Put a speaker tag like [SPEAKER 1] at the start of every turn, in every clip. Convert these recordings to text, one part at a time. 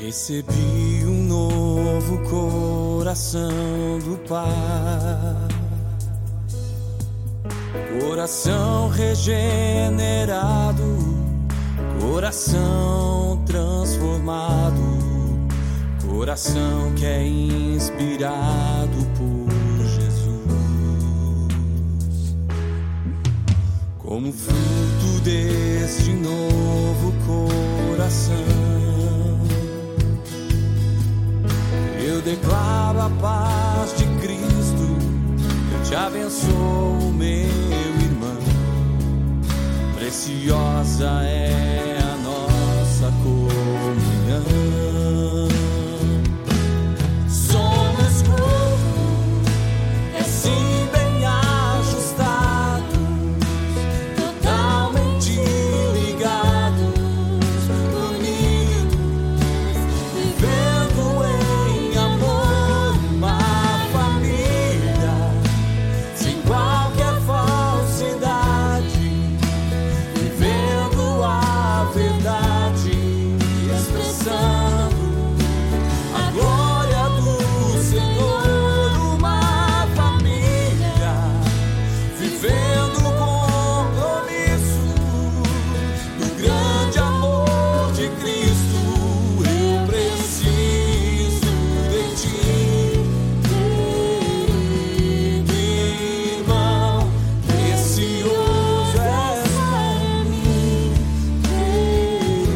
[SPEAKER 1] Recebi um novo coração do Pai. Coração regenerado, coração transformado, coração que é inspirado por Jesus. Como fruto deste novo coração. Eu declaro a paz de Cristo, eu te abençoo, meu irmão. Preciosa é a nossa comunhão. Somos corpo, assim bem ajustados, totalmente ligados, unidos, vivendo em amor uma família, sem qualquer falsidade, vivendo a verdade, expressando. A glória do Senhor, uma família vivendo o compromisso do grande amor de Cristo. Eu preciso de ti, querido irmão, precioso és para mim, querido irmão.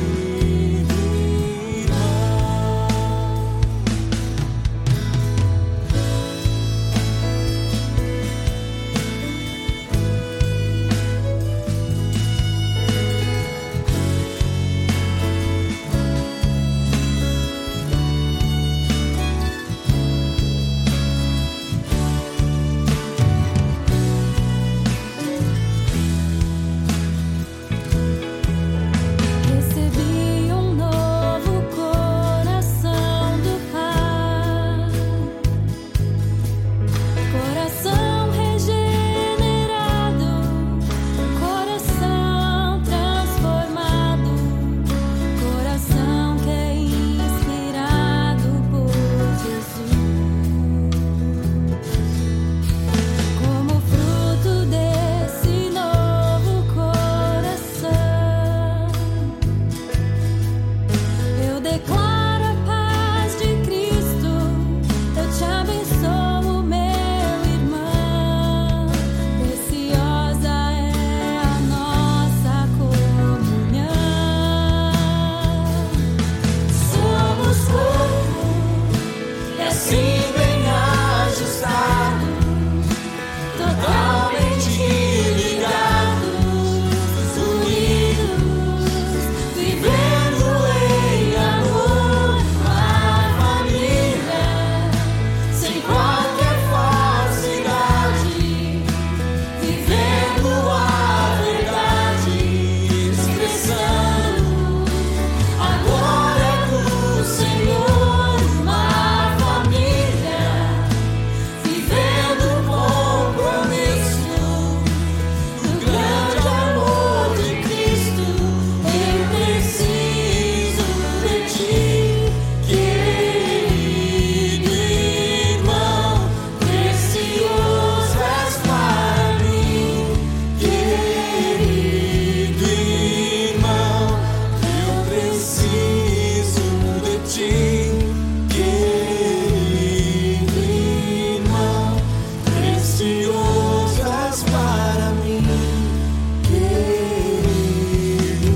[SPEAKER 2] Recebi um novo coração do Pai, coração regenerado, coração transformado, coração que é inspirado por Jesus, como fruto desse novo coração. Eu declaro a paz de Cristo, eu te abençoo, meu irmão. Preciosa é a nossa comunhão.
[SPEAKER 1] Somos corpo, é assim bem ajustado, totalmente ligados, unidos, vivendo em amor, a família, sem qualquer falsidade, vivendo a verdade, expressando. Agora do Senhor, uma família vivendo o compromisso do grande amor de Cristo. Eu preciso de ti, querido irmão, precioso és para mim, querido irmão. Eu preciso de ti, querido irmão, precioso és para mim, querido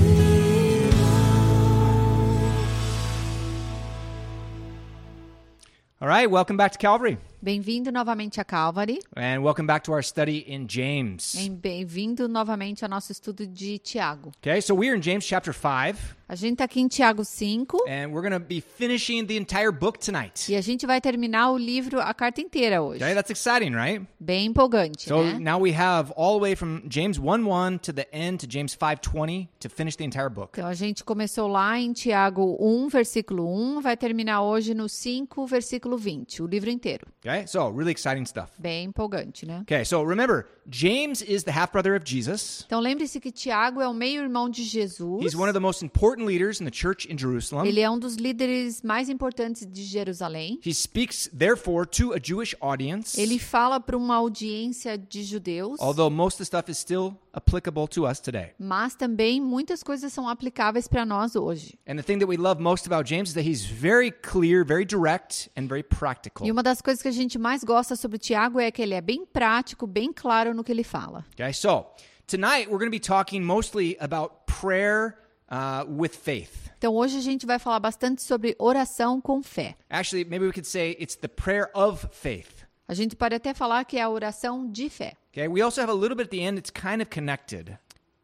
[SPEAKER 3] All right, welcome back to Calvary,
[SPEAKER 4] Bem-vindo novamente a Calvary.
[SPEAKER 3] and welcome back to our study in James.
[SPEAKER 4] Em- Bem-vindo novamente ao nosso estudo de Tiago.
[SPEAKER 3] Okay, so we're in James chapter 5,
[SPEAKER 4] A gente tá aqui em Tiago 5
[SPEAKER 3] and we're going to be finishing the entire book tonight.
[SPEAKER 4] e a gente vai terminar o livro, a carta inteira hoje.
[SPEAKER 3] Okay, that's exciting, right?
[SPEAKER 4] Bem empolgante,
[SPEAKER 3] So
[SPEAKER 4] né?
[SPEAKER 3] now we have all the way from James 1 1 to the end to James 5 20 to finish the entire book.
[SPEAKER 4] Então a gente começou lá em um, Tiago 1, versículo 1, vai terminar hoje no 5, versículo 20, o livro inteiro.
[SPEAKER 3] Okay, Okay, so really exciting stuff.
[SPEAKER 4] Bem empolgante, né?
[SPEAKER 3] Okay, so remember, James is the half brother of Jesus.
[SPEAKER 4] Então lembre-se que Tiago é o meio-irmão de Jesus.
[SPEAKER 3] He's one of the most important leaders in the church in Jerusalem.
[SPEAKER 4] Ele é um dos líderes mais importantes de Jerusalém.
[SPEAKER 3] He speaks, therefore, to a Jewish audience,
[SPEAKER 4] Ele fala para uma audiência de judeus,
[SPEAKER 3] although most of the stuff is still applicable to us today.
[SPEAKER 4] mas também muitas coisas são aplicáveis para nós hoje.
[SPEAKER 3] And the thing that we love most about James is that he's very clear, very direct, and very practical.
[SPEAKER 4] E uma das coisas que a gente mais gosta sobre Tiago é que ele é bem prático, bem claro no que ele fala.
[SPEAKER 3] Okay, so tonight we're going to be talking mostly about prayer uh, with faith.
[SPEAKER 4] Então hoje a gente vai falar bastante sobre oração com fé.
[SPEAKER 3] Actually, maybe we could say it's the prayer of faith.
[SPEAKER 4] A gente pode até falar que é a oração de fé.
[SPEAKER 3] Okay, we also have a little bit at the end, it's kind of connected.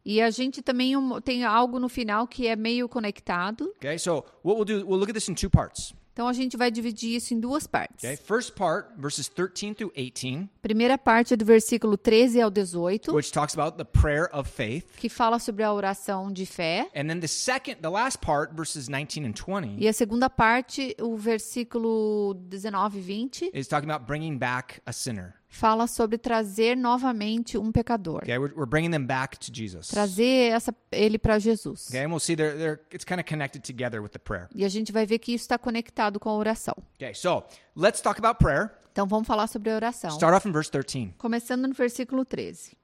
[SPEAKER 4] E a gente também um- tem algo no final que é meio conectado.
[SPEAKER 3] Okay, so what we'll do, we'll look at this in two parts.
[SPEAKER 4] Então a gente vai dividir isso em duas partes.
[SPEAKER 3] Okay, first part, verses 13 through 18,
[SPEAKER 4] Primeira parte é do versículo 13 ao 18,
[SPEAKER 3] which talks about the prayer of faith.
[SPEAKER 4] que fala sobre a oração de fé.
[SPEAKER 3] And then the second, the last part, verses 19 and 20,
[SPEAKER 4] E a segunda parte, o versículo 19 e 20,
[SPEAKER 3] is talking about bringing back a sinner.
[SPEAKER 4] fala sobre trazer novamente um pecador.
[SPEAKER 3] Okay, we're, we're bringing them back to Jesus.
[SPEAKER 4] Trazer essa, ele para Jesus.
[SPEAKER 3] Okay, and we'll see they're, they're, it's kind of connected together with the prayer.
[SPEAKER 4] E a gente vai ver que isso está conectado com a oração.
[SPEAKER 3] Okay, so let's talk about prayer.
[SPEAKER 4] Então vamos falar sobre a oração.
[SPEAKER 3] Start off in verse 13.
[SPEAKER 4] Começando no versículo 13.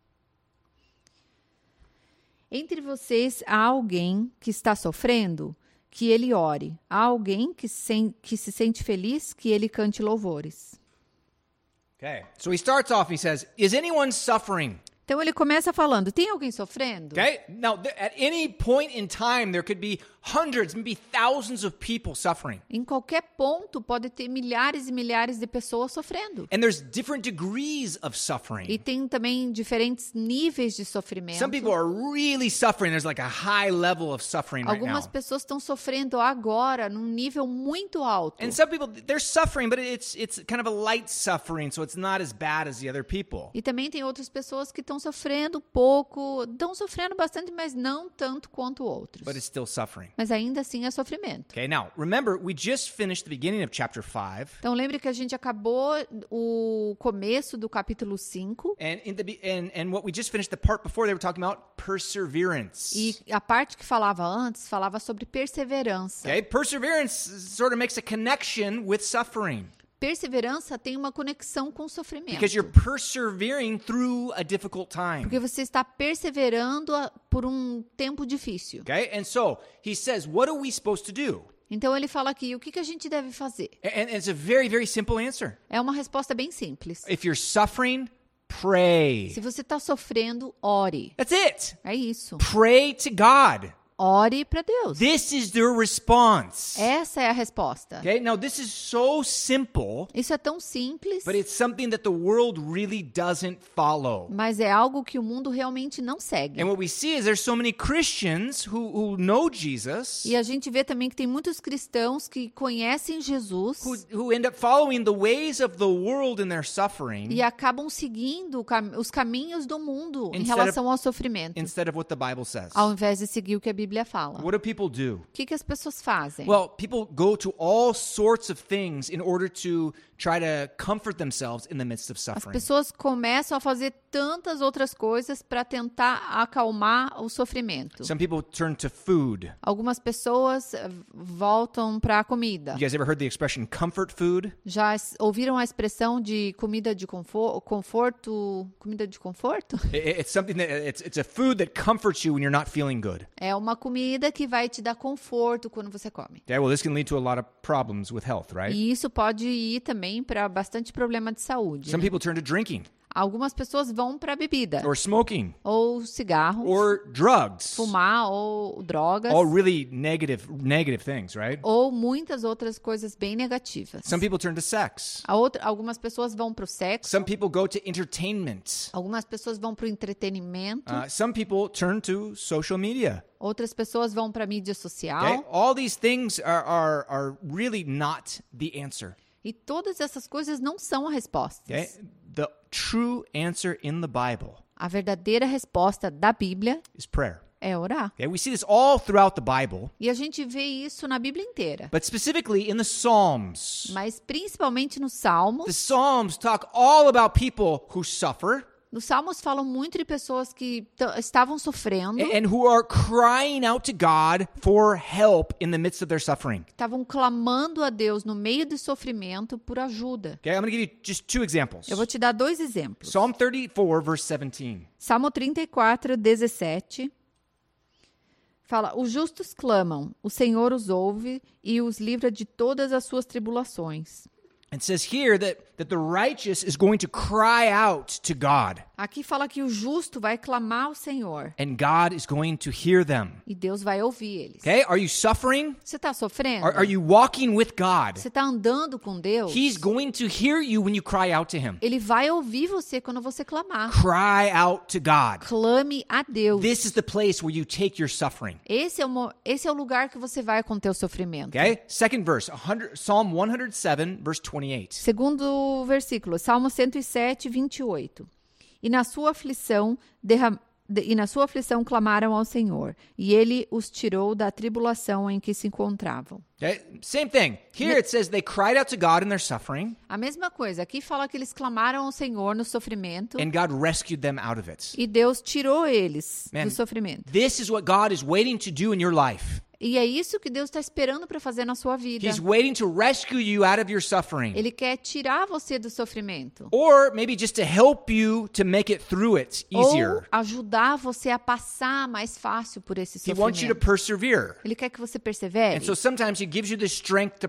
[SPEAKER 4] Entre vocês há alguém que está sofrendo, que ele ore. Há alguém que, sen- que se sente feliz, que ele cante louvores.
[SPEAKER 3] Okay, so he starts off and he says, Is anyone suffering?
[SPEAKER 4] Então ele começa falando: tem alguém sofrendo?
[SPEAKER 3] Okay, now th- at any point in time, there could be hundreds, maybe thousands of people suffering.
[SPEAKER 4] Em qualquer ponto pode ter milhares e milhares de pessoas sofrendo.
[SPEAKER 3] And there's different degrees of
[SPEAKER 4] E
[SPEAKER 3] suffering.
[SPEAKER 4] tem também diferentes níveis de sofrimento.
[SPEAKER 3] Some people are really suffering. There's like a high level of suffering right
[SPEAKER 4] Algumas
[SPEAKER 3] now.
[SPEAKER 4] pessoas estão sofrendo agora num nível muito alto.
[SPEAKER 3] And some people they're suffering, but it's it's kind of a light suffering, so it's not as bad as the other people.
[SPEAKER 4] E também tem outras pessoas que estão sofrendo pouco, estão sofrendo bastante, mas não tanto quanto outros.
[SPEAKER 3] But it's still suffering.
[SPEAKER 4] Mas ainda assim é sofrimento.
[SPEAKER 3] Okay, now remember, we just finished the beginning of chapter 5.
[SPEAKER 4] Então lembre que a gente acabou o começo do capítulo 5
[SPEAKER 3] And in the be- and and what we just finished the part before they were talking about perseverance.
[SPEAKER 4] e a parte que falava antes falava sobre perseverança.
[SPEAKER 3] Okay, perseverance sort of makes a connection with suffering
[SPEAKER 4] Perseverança tem uma conexão com o
[SPEAKER 3] because you're
[SPEAKER 4] sofrimento.
[SPEAKER 3] persevering through a difficult time.
[SPEAKER 4] Porque você está perseverando a- por um tempo difícil.
[SPEAKER 3] Okay, and so he says, "What are we supposed to do?"
[SPEAKER 4] Então ele fala aqui, o que, que a gente deve fazer?
[SPEAKER 3] A- And it's a very, very simple answer.
[SPEAKER 4] É uma resposta bem simples.
[SPEAKER 3] If you're suffering, pray.
[SPEAKER 4] Se você está sofrendo, ore.
[SPEAKER 3] That's it.
[SPEAKER 4] É isso.
[SPEAKER 3] Pray to God.
[SPEAKER 4] Ore para Deus.
[SPEAKER 3] This is their response.
[SPEAKER 4] Essa é a resposta.
[SPEAKER 3] Okay, now this is so simple,
[SPEAKER 4] Isso é tão simples,
[SPEAKER 3] but it's something that the world really doesn't follow.
[SPEAKER 4] mas é algo que o mundo realmente não segue.
[SPEAKER 3] And what we see is there's so many Christians who, who know Jesus
[SPEAKER 4] E a gente vê também que tem muitos cristãos que conhecem Jesus
[SPEAKER 3] who, who end up following the ways of the world in their
[SPEAKER 4] e
[SPEAKER 3] suffering
[SPEAKER 4] acabam seguindo o cam- os caminhos do mundo em
[SPEAKER 3] Instead
[SPEAKER 4] relação ao sofrimento,
[SPEAKER 3] instead of what the Bible says.
[SPEAKER 4] ao invés de seguir o que a Bíblia fala.
[SPEAKER 3] What do people do?
[SPEAKER 4] O que, que as pessoas fazem?
[SPEAKER 3] Well, people go to all sorts of things in order to try to comfort themselves in the midst of
[SPEAKER 4] As
[SPEAKER 3] suffering.
[SPEAKER 4] pessoas começam a fazer tantas outras coisas para tentar acalmar o sofrimento.
[SPEAKER 3] Some people turn to food.
[SPEAKER 4] Algumas pessoas eh, voltam para a comida.
[SPEAKER 3] You guys ever heard the expression comfort food?
[SPEAKER 4] Já s- ouviram a expressão de comida de confo- conforto? Comida de conforto?
[SPEAKER 3] I- i- It's something that it's it's a food that comforts you when you're not feeling good.
[SPEAKER 4] É uma comida que vai te dar conforto quando você come.
[SPEAKER 3] Yeah, well, this can lead to a lot of problems with health, right?
[SPEAKER 4] E isso pode ir também para bastante problema de saúde.
[SPEAKER 3] Some
[SPEAKER 4] né?
[SPEAKER 3] people turn to drinking
[SPEAKER 4] Algumas pessoas vão para bebida,
[SPEAKER 3] or smoking
[SPEAKER 4] ou cigarro,
[SPEAKER 3] or drugs.
[SPEAKER 4] fumar, ou drogas,
[SPEAKER 3] All really negative negative things, right?
[SPEAKER 4] ou muitas outras coisas bem negativas.
[SPEAKER 3] Some people turn to sex.
[SPEAKER 4] A outra- algumas pessoas vão para o sexo,
[SPEAKER 3] Some people go to entertainment.
[SPEAKER 4] algumas pessoas vão para o entretenimento,
[SPEAKER 3] Uh, some people turn to social media.
[SPEAKER 4] outras pessoas vão para mídia
[SPEAKER 3] Okay?
[SPEAKER 4] social.
[SPEAKER 3] All these things are, are, are really not the answer.
[SPEAKER 4] E todas essas coisas não são a resposta.
[SPEAKER 3] Okay? The true answer in the Bible
[SPEAKER 4] A verdadeira resposta da Bíblia
[SPEAKER 3] is prayer.
[SPEAKER 4] é orar.
[SPEAKER 3] Okay, we see this all throughout the Bible,
[SPEAKER 4] E a gente vê isso na Bíblia inteira,
[SPEAKER 3] but specifically in the Psalms.
[SPEAKER 4] mas principalmente nos Salmos.
[SPEAKER 3] The Psalms talk all about people who suffer
[SPEAKER 4] Nos Salmos falam muito de pessoas que t- estavam sofrendo,
[SPEAKER 3] a- and who are crying out to God for help in the midst of their suffering.
[SPEAKER 4] estavam clamando a Deus no meio do sofrimento por ajuda.
[SPEAKER 3] Okay, I'm going to give you just two examples.
[SPEAKER 4] Eu vou te dar dois exemplos.
[SPEAKER 3] Psalm 34, verse 17.
[SPEAKER 4] Salmo 34, 17. Fala: Os justos clamam, o Senhor os ouve e os livra de todas as suas tribulações.
[SPEAKER 3] It says here that, that the righteous is going to cry out to God,
[SPEAKER 4] Aqui fala que o justo vai clamar ao Senhor
[SPEAKER 3] and God is going to hear them.
[SPEAKER 4] e Deus vai ouvir eles.
[SPEAKER 3] Okay, are you suffering?
[SPEAKER 4] Você está sofrendo?
[SPEAKER 3] Are, are you walking with God?
[SPEAKER 4] Você está andando com Deus?
[SPEAKER 3] He's going to hear you when you cry out to Him.
[SPEAKER 4] Ele vai ouvir você quando você clamar.
[SPEAKER 3] Cry out to God.
[SPEAKER 4] Clame a Deus.
[SPEAKER 3] This is the place where you take your suffering.
[SPEAKER 4] Esse é, o, mo- esse é o lugar que você vai conter o sofrimento.
[SPEAKER 3] Okay, second verse, 100, Psalm 107, verse 28.
[SPEAKER 4] Segundo versículo, Salmo 107, 28. E na sua aflição derram- de- e na sua aflição clamaram ao Senhor, e ele os tirou da tribulação em que se encontravam.
[SPEAKER 3] Okay, same thing. Here it says they cried out to God in their suffering,
[SPEAKER 4] A mesma coisa, aqui fala que eles clamaram ao Senhor no sofrimento
[SPEAKER 3] and God rescued them out of it.
[SPEAKER 4] e Deus tirou eles
[SPEAKER 3] Man.
[SPEAKER 4] do sofrimento.
[SPEAKER 3] This is what God is waiting to do in your life.
[SPEAKER 4] E é isso que Deus está esperando para fazer na sua vida.
[SPEAKER 3] He's waiting to rescue you out of your suffering.
[SPEAKER 4] Ele quer tirar você do sofrimento
[SPEAKER 3] Or maybe just to help you to make it through it
[SPEAKER 4] ou
[SPEAKER 3] easier.
[SPEAKER 4] ajudar você a passar mais fácil por esse
[SPEAKER 3] He wants you to
[SPEAKER 4] sofrimento.
[SPEAKER 3] persevere.
[SPEAKER 4] Ele quer que você
[SPEAKER 3] And
[SPEAKER 4] persevere.
[SPEAKER 3] so sometimes he gives you the strength to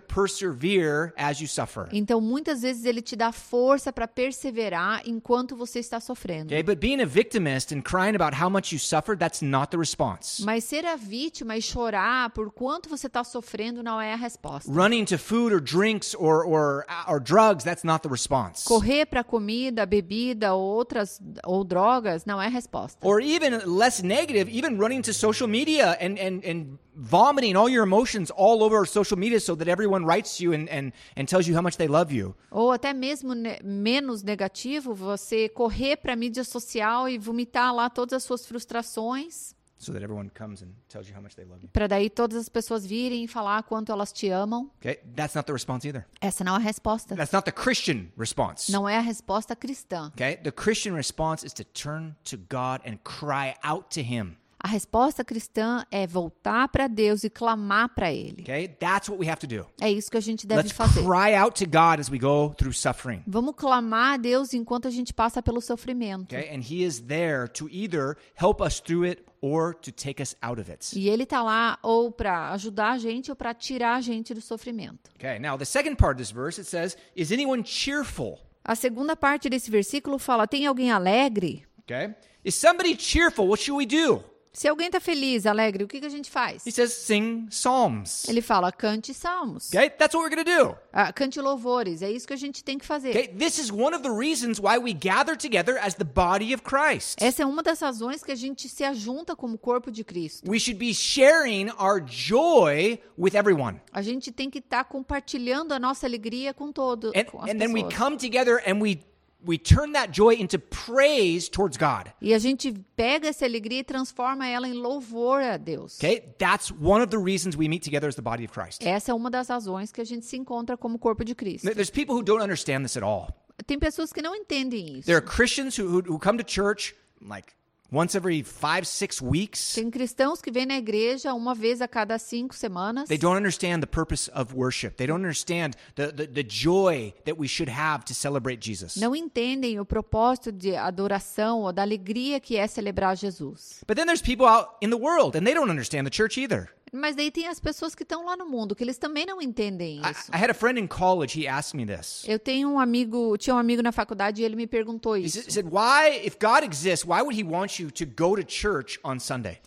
[SPEAKER 3] persevere as you suffer.
[SPEAKER 4] Então, muitas vezes ele te dá força para perseverar enquanto você está sofrendo.
[SPEAKER 3] Okay, but being a victimist and crying about how much you suffered, that's not the response.
[SPEAKER 4] Mas ser a vítima e chorar por quanto você está sofrendo não é a resposta.
[SPEAKER 3] Running to food or drinks or or, or drugs, that's not the response.
[SPEAKER 4] Correr para comida, bebida ou outras ou drogas não é a resposta.
[SPEAKER 3] Or even less negative, even running to social media and, and, and vomiting all your emotions all over social media so that everyone writes you and, and, and tells you how much they love you.
[SPEAKER 4] Ou até mesmo ne- menos negativo, você correr para mídia social e vomitar lá todas as suas frustrações,
[SPEAKER 3] So that everyone comes and tells you how much they love you.
[SPEAKER 4] para daí todas as pessoas virem e falar quanto elas te amam.
[SPEAKER 3] Okay? That's not the response either.
[SPEAKER 4] Essa não é a resposta.
[SPEAKER 3] That's not the Christian response.
[SPEAKER 4] Não é a resposta cristã.
[SPEAKER 3] Okay? The Christian response is to turn to God and cry out to Him.
[SPEAKER 4] A resposta cristã é voltar para Deus e clamar para Ele.
[SPEAKER 3] Okay? That's what we have to do.
[SPEAKER 4] É isso que a gente deve
[SPEAKER 3] Let's
[SPEAKER 4] fazer.
[SPEAKER 3] cry out to God as we go through suffering.
[SPEAKER 4] Vamos clamar a Deus enquanto a gente passa pelo sofrimento.
[SPEAKER 3] Okay? And He is there to either help us through it or to take us out of it.
[SPEAKER 4] E Ele tá lá ou para ajudar a gente ou para tirar a gente do sofrimento.
[SPEAKER 3] Okay, now the second part of this verse it says, Is anyone cheerful?
[SPEAKER 4] A segunda parte desse versículo fala: tem alguém alegre?
[SPEAKER 3] Okay. Is somebody cheerful? What should we do?
[SPEAKER 4] Se alguém tá feliz, alegre, o que, que a gente faz?
[SPEAKER 3] He says, Sing psalms.
[SPEAKER 4] Ele fala: cante salmos,
[SPEAKER 3] Okay, that's what we're going to do.
[SPEAKER 4] ah, cante louvores. É isso que a gente tem que fazer.
[SPEAKER 3] Okay, this is one of the reasons why we gather together as the body of Christ.
[SPEAKER 4] Essa é uma das razões que a gente se ajunta como corpo de Cristo.
[SPEAKER 3] We should be sharing our joy with everyone.
[SPEAKER 4] A gente tem que estar compartilhando a nossa alegria com todo,
[SPEAKER 3] And,
[SPEAKER 4] com as
[SPEAKER 3] and then we
[SPEAKER 4] pessoas.
[SPEAKER 3] come together and we we turn that joy into praise towards God.
[SPEAKER 4] E a gente pega essa alegria e transforma ela em louvor a Deus.
[SPEAKER 3] Okay? That's one of the reasons we meet together as the body of Christ.
[SPEAKER 4] Essa é uma das razões que a gente se encontra como corpo de Cristo.
[SPEAKER 3] There- There's people who don't understand this at all.
[SPEAKER 4] Tem pessoas que não entendem isso.
[SPEAKER 3] There are Christians who, who, who come to church like once every five, six weeks.
[SPEAKER 4] Tem cristãos que vêm na igreja uma vez a cada cinco semanas
[SPEAKER 3] They don't understand the purpose of worship. They don't understand the, the, the joy that we should have to celebrate Jesus.
[SPEAKER 4] não entendem o propósito de adoração ou da alegria que é celebrar Jesus.
[SPEAKER 3] But then there's people out in the world and they don't understand the church either.
[SPEAKER 4] Mas daí tem as pessoas que estão lá no mundo que eles também não entendem
[SPEAKER 3] I,
[SPEAKER 4] isso.
[SPEAKER 3] I had a friend in college, he asked me this.
[SPEAKER 4] Eu tenho um amigo, tinha um amigo na faculdade e ele me perguntou
[SPEAKER 3] He
[SPEAKER 4] isso.
[SPEAKER 3] s- said, Why, if God exists, why would he want you to go to church on Sunday?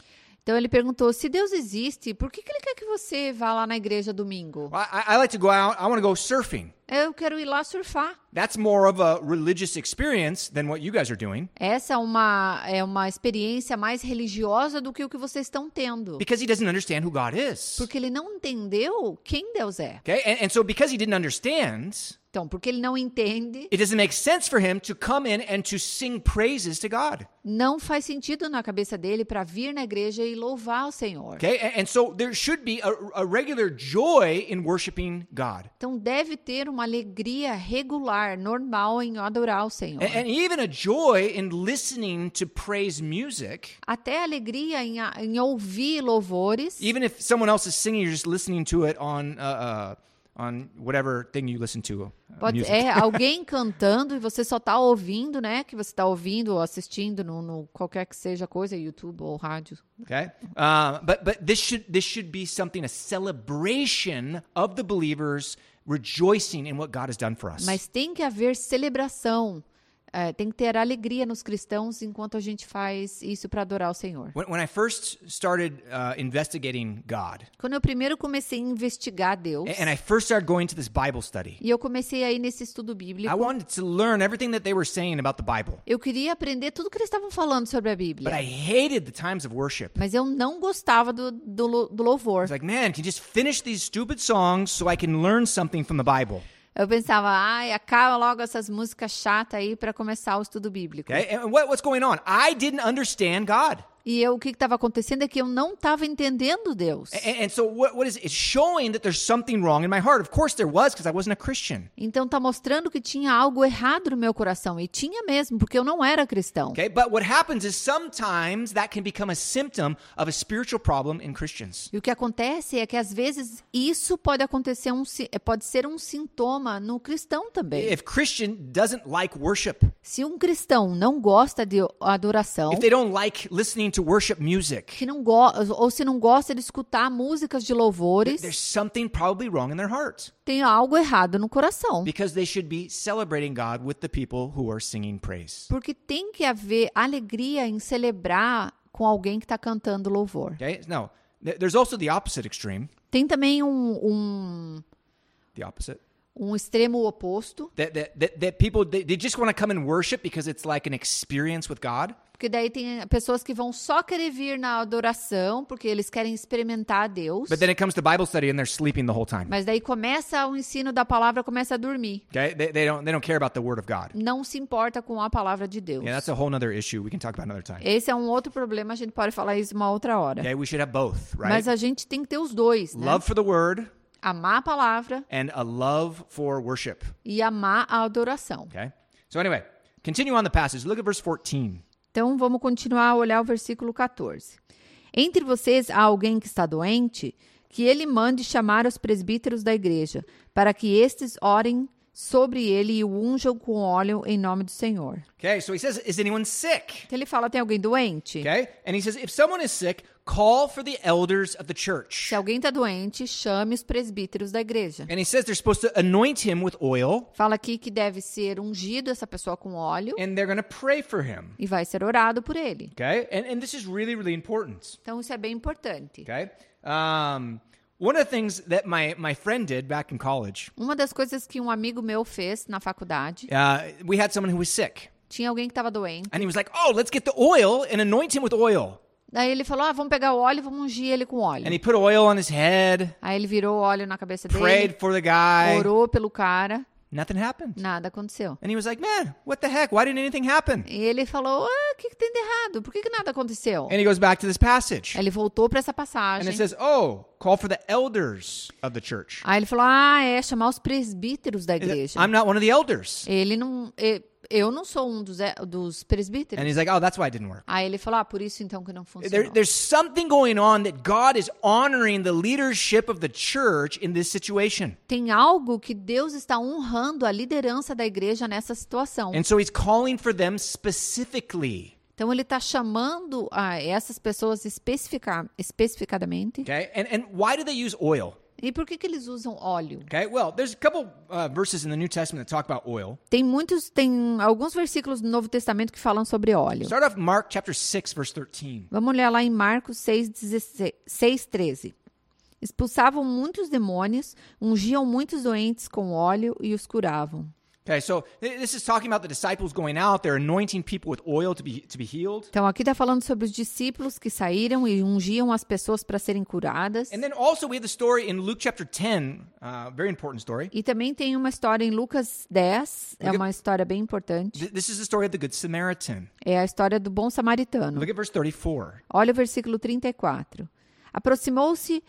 [SPEAKER 4] Então ele perguntou: se Deus existe, por que, que ele quer que você vá lá na igreja domingo?
[SPEAKER 3] Well, I, I like to go out, I want to go surfing.
[SPEAKER 4] Eu quero ir lá surfar.
[SPEAKER 3] That's more of a religious experience than what you guys are doing
[SPEAKER 4] Essa é uma, é uma experiência mais religiosa do que o que vocês estão tendo.
[SPEAKER 3] because he doesn't understand who God is.
[SPEAKER 4] Porque ele não entendeu quem Deus é.
[SPEAKER 3] Okay, and, and so because he didn't understand,
[SPEAKER 4] Então, questão, porque ele não entende,
[SPEAKER 3] It doesn't make sense for him to come in and to sing praises to God.
[SPEAKER 4] não faz sentido na cabeça dele para vir na igreja e louvar o Senhor.
[SPEAKER 3] Okay? A- And so there should be a, a regular joy in worshiping God.
[SPEAKER 4] Então deve ter uma alegria regular, normal em adorar o Senhor.
[SPEAKER 3] And, and even a joy in listening to praise music.
[SPEAKER 4] Até alegria em, a- em ouvir louvores,
[SPEAKER 3] Even if someone else is singing, you're just listening to it on, uh, uh, on whatever thing you listen to. uh,
[SPEAKER 4] Pode-
[SPEAKER 3] music.
[SPEAKER 4] é alguém cantando e você só tá ouvindo, né? Que você tá ouvindo ou assistindo no, no qualquer que seja coisa, YouTube ou rádio.
[SPEAKER 3] Okay, um, but but this should this should be something a celebration of the believers rejoicing in what God has done for us.
[SPEAKER 4] Mas tem que haver celebração. é, tem que ter alegria nos cristãos enquanto a gente faz isso para adorar o Senhor.
[SPEAKER 3] when, when I first started uh, investigating God,
[SPEAKER 4] Quando eu primeiro comecei a investigar Deus
[SPEAKER 3] a- and I first started going to this Bible study,
[SPEAKER 4] e eu comecei aí nesse estudo
[SPEAKER 3] I
[SPEAKER 4] bíblico,
[SPEAKER 3] wanted to learn everything that they were saying about the Bible,
[SPEAKER 4] eu queria aprender tudo que eles estavam falando sobre a
[SPEAKER 3] but I
[SPEAKER 4] Bíblia.
[SPEAKER 3] hated the times of worship.
[SPEAKER 4] Mas eu não gostava do, do, lo- do louvor.
[SPEAKER 3] It's like, man, can you just finish these stupid songs so I can learn something from the Bible?
[SPEAKER 4] Eu pensava, ai, acaba logo essas músicas chatas aí para começar o estudo bíblico.
[SPEAKER 3] Okay, and what, what's going on? I didn't understand God.
[SPEAKER 4] E eu, o que estava acontecendo é que eu não estava entendendo Deus.
[SPEAKER 3] A- And, and so what, what is it? It's showing that there's something wrong in my heart. Of course there was because I wasn't a Christian.
[SPEAKER 4] Então tá mostrando que tinha algo errado no meu coração. E tinha mesmo, porque eu não era cristão.
[SPEAKER 3] Okay, but what happens is sometimes that can become a symptom of a spiritual problem in Christians.
[SPEAKER 4] E o que acontece é que às vezes isso pode acontecer um si- pode ser um sintoma no cristão também.
[SPEAKER 3] If Christian doesn't like worship,
[SPEAKER 4] Se um cristão não gosta de o- adoração,
[SPEAKER 3] if they don't like listening to worship music,
[SPEAKER 4] que não go- ou se não gosta de escutar músicas de
[SPEAKER 3] there's
[SPEAKER 4] louvores,
[SPEAKER 3] something probably wrong in their heart
[SPEAKER 4] tem algo errado no coração.
[SPEAKER 3] because they should be celebrating God with the people who are singing praise.
[SPEAKER 4] Porque tem que haver alegria em celebrar com alguém que está cantando louvor.
[SPEAKER 3] Okay? Now, th- there's also the opposite extreme,
[SPEAKER 4] Tem também um, um,
[SPEAKER 3] the opposite.
[SPEAKER 4] um extremo oposto,
[SPEAKER 3] That, that, that, that people they, they just want to come and worship because it's like an experience with God.
[SPEAKER 4] porque daí tem pessoas que vão só querer vir na adoração, porque eles querem experimentar a Deus.
[SPEAKER 3] But then it comes to Bible study and they're sleeping the whole time.
[SPEAKER 4] Mas daí começa o ensino da palavra, começa a dormir.
[SPEAKER 3] Okay? They, they don't they don't care about the word of God.
[SPEAKER 4] Não se importa com a palavra de Deus.
[SPEAKER 3] Yeah, that's a whole nother issue we can talk about another time.
[SPEAKER 4] Esse é um outro problema, a gente pode falar isso uma outra hora.
[SPEAKER 3] Okay, we should have both, right?
[SPEAKER 4] Mas a gente tem que ter os dois, né?
[SPEAKER 3] Love for the word
[SPEAKER 4] Amar a palavra
[SPEAKER 3] and a love for worship.
[SPEAKER 4] e amar a adoração.
[SPEAKER 3] Okay? So anyway, continue on the passage. Look at verse 14.
[SPEAKER 4] Então vamos continuar a olhar o versículo 14. Entre vocês há alguém que está doente, que ele mande chamar os presbíteros da igreja, para que estes orem sobre ele e o unjam com óleo em nome do Senhor.
[SPEAKER 3] Okay, so he says, Is anyone sick?
[SPEAKER 4] Então ele fala: tem alguém doente?
[SPEAKER 3] Okay? And he says, If someone is sick, call for the elders of the church.
[SPEAKER 4] Se alguém está doente, chame os presbíteros da igreja.
[SPEAKER 3] And he says they're supposed to anoint him with oil
[SPEAKER 4] Fala aqui que deve ser ungido essa pessoa com óleo
[SPEAKER 3] and they're gonna pray for him.
[SPEAKER 4] e vai ser orado por ele.
[SPEAKER 3] Okay? And and this is really, really important.
[SPEAKER 4] Então isso é bem importante.
[SPEAKER 3] Okay. Um, one of the things that my, my friend did back in college,
[SPEAKER 4] Uma das coisas que um amigo meu fez na faculdade,
[SPEAKER 3] uh, we had someone who was sick.
[SPEAKER 4] tinha alguém que estava doente.
[SPEAKER 3] And he was like, oh, let's get the oil and anoint him with oil.
[SPEAKER 4] Daí ele falou: ah, vamos pegar o óleo e vamos ungir ele com óleo.
[SPEAKER 3] And he put oil on his head,
[SPEAKER 4] Aí ele virou óleo na cabeça
[SPEAKER 3] prayed
[SPEAKER 4] dele,
[SPEAKER 3] for the guy.
[SPEAKER 4] orou pelo cara,
[SPEAKER 3] Nothing happened.
[SPEAKER 4] nada aconteceu.
[SPEAKER 3] And he was like, man, what the heck? Why didn't anything happen?
[SPEAKER 4] E ele falou: ah, o que, que tem de errado? Por que, que nada aconteceu?
[SPEAKER 3] And he goes back to this passage.
[SPEAKER 4] Aí ele voltou para essa
[SPEAKER 3] And
[SPEAKER 4] passagem.
[SPEAKER 3] it says, oh, call for the elders of the church.
[SPEAKER 4] Aí ele falou: ah, é chamar os presbíteros da
[SPEAKER 3] He said,
[SPEAKER 4] igreja.
[SPEAKER 3] I'm not one of the elders.
[SPEAKER 4] Ele não. e- Eu não sou um dos, dos presbíteros.
[SPEAKER 3] And he's like, oh, that's why it didn't work.
[SPEAKER 4] Aí ele falou: ah, por isso então que não funcionou.
[SPEAKER 3] There, there's something going on that God is honoring the leadership of the church in this situation.
[SPEAKER 4] Tem algo que Deus está honrando a liderança da igreja nessa situação.
[SPEAKER 3] And so he's calling for them specifically.
[SPEAKER 4] Então ele está chamando a essas pessoas especifica, especificadamente.
[SPEAKER 3] Okay. And, and why do they use oil?
[SPEAKER 4] E por que, que eles usam óleo?
[SPEAKER 3] Okay. Well, there's a couple uh, verses in the New Testament that talk about oil.
[SPEAKER 4] Tem muitos, tem alguns versículos do Novo Testamento que falam sobre óleo.
[SPEAKER 3] Start off Mark chapter 6, verse 13.
[SPEAKER 4] Vamos olhar lá em Marcos 6, 16 6, 13. Expulsavam muitos demônios, ungiam muitos doentes com óleo e os curavam.
[SPEAKER 3] Okay, so th- this is talking about the disciples going out, they're anointing people with oil to be to be healed.
[SPEAKER 4] Então, aqui está falando sobre os discípulos que saíram e ungiam as pessoas para serem curadas.
[SPEAKER 3] And then also we have the story in Luke chapter 10, uh, very important story.
[SPEAKER 4] E também tem uma história em Lucas 10, é uma história bem importante.
[SPEAKER 3] Th- This is the story of the good Samaritan.
[SPEAKER 4] É a história do bom samaritano.
[SPEAKER 3] Look at verse 34.
[SPEAKER 4] Olha o versículo 34. Aproximou-se,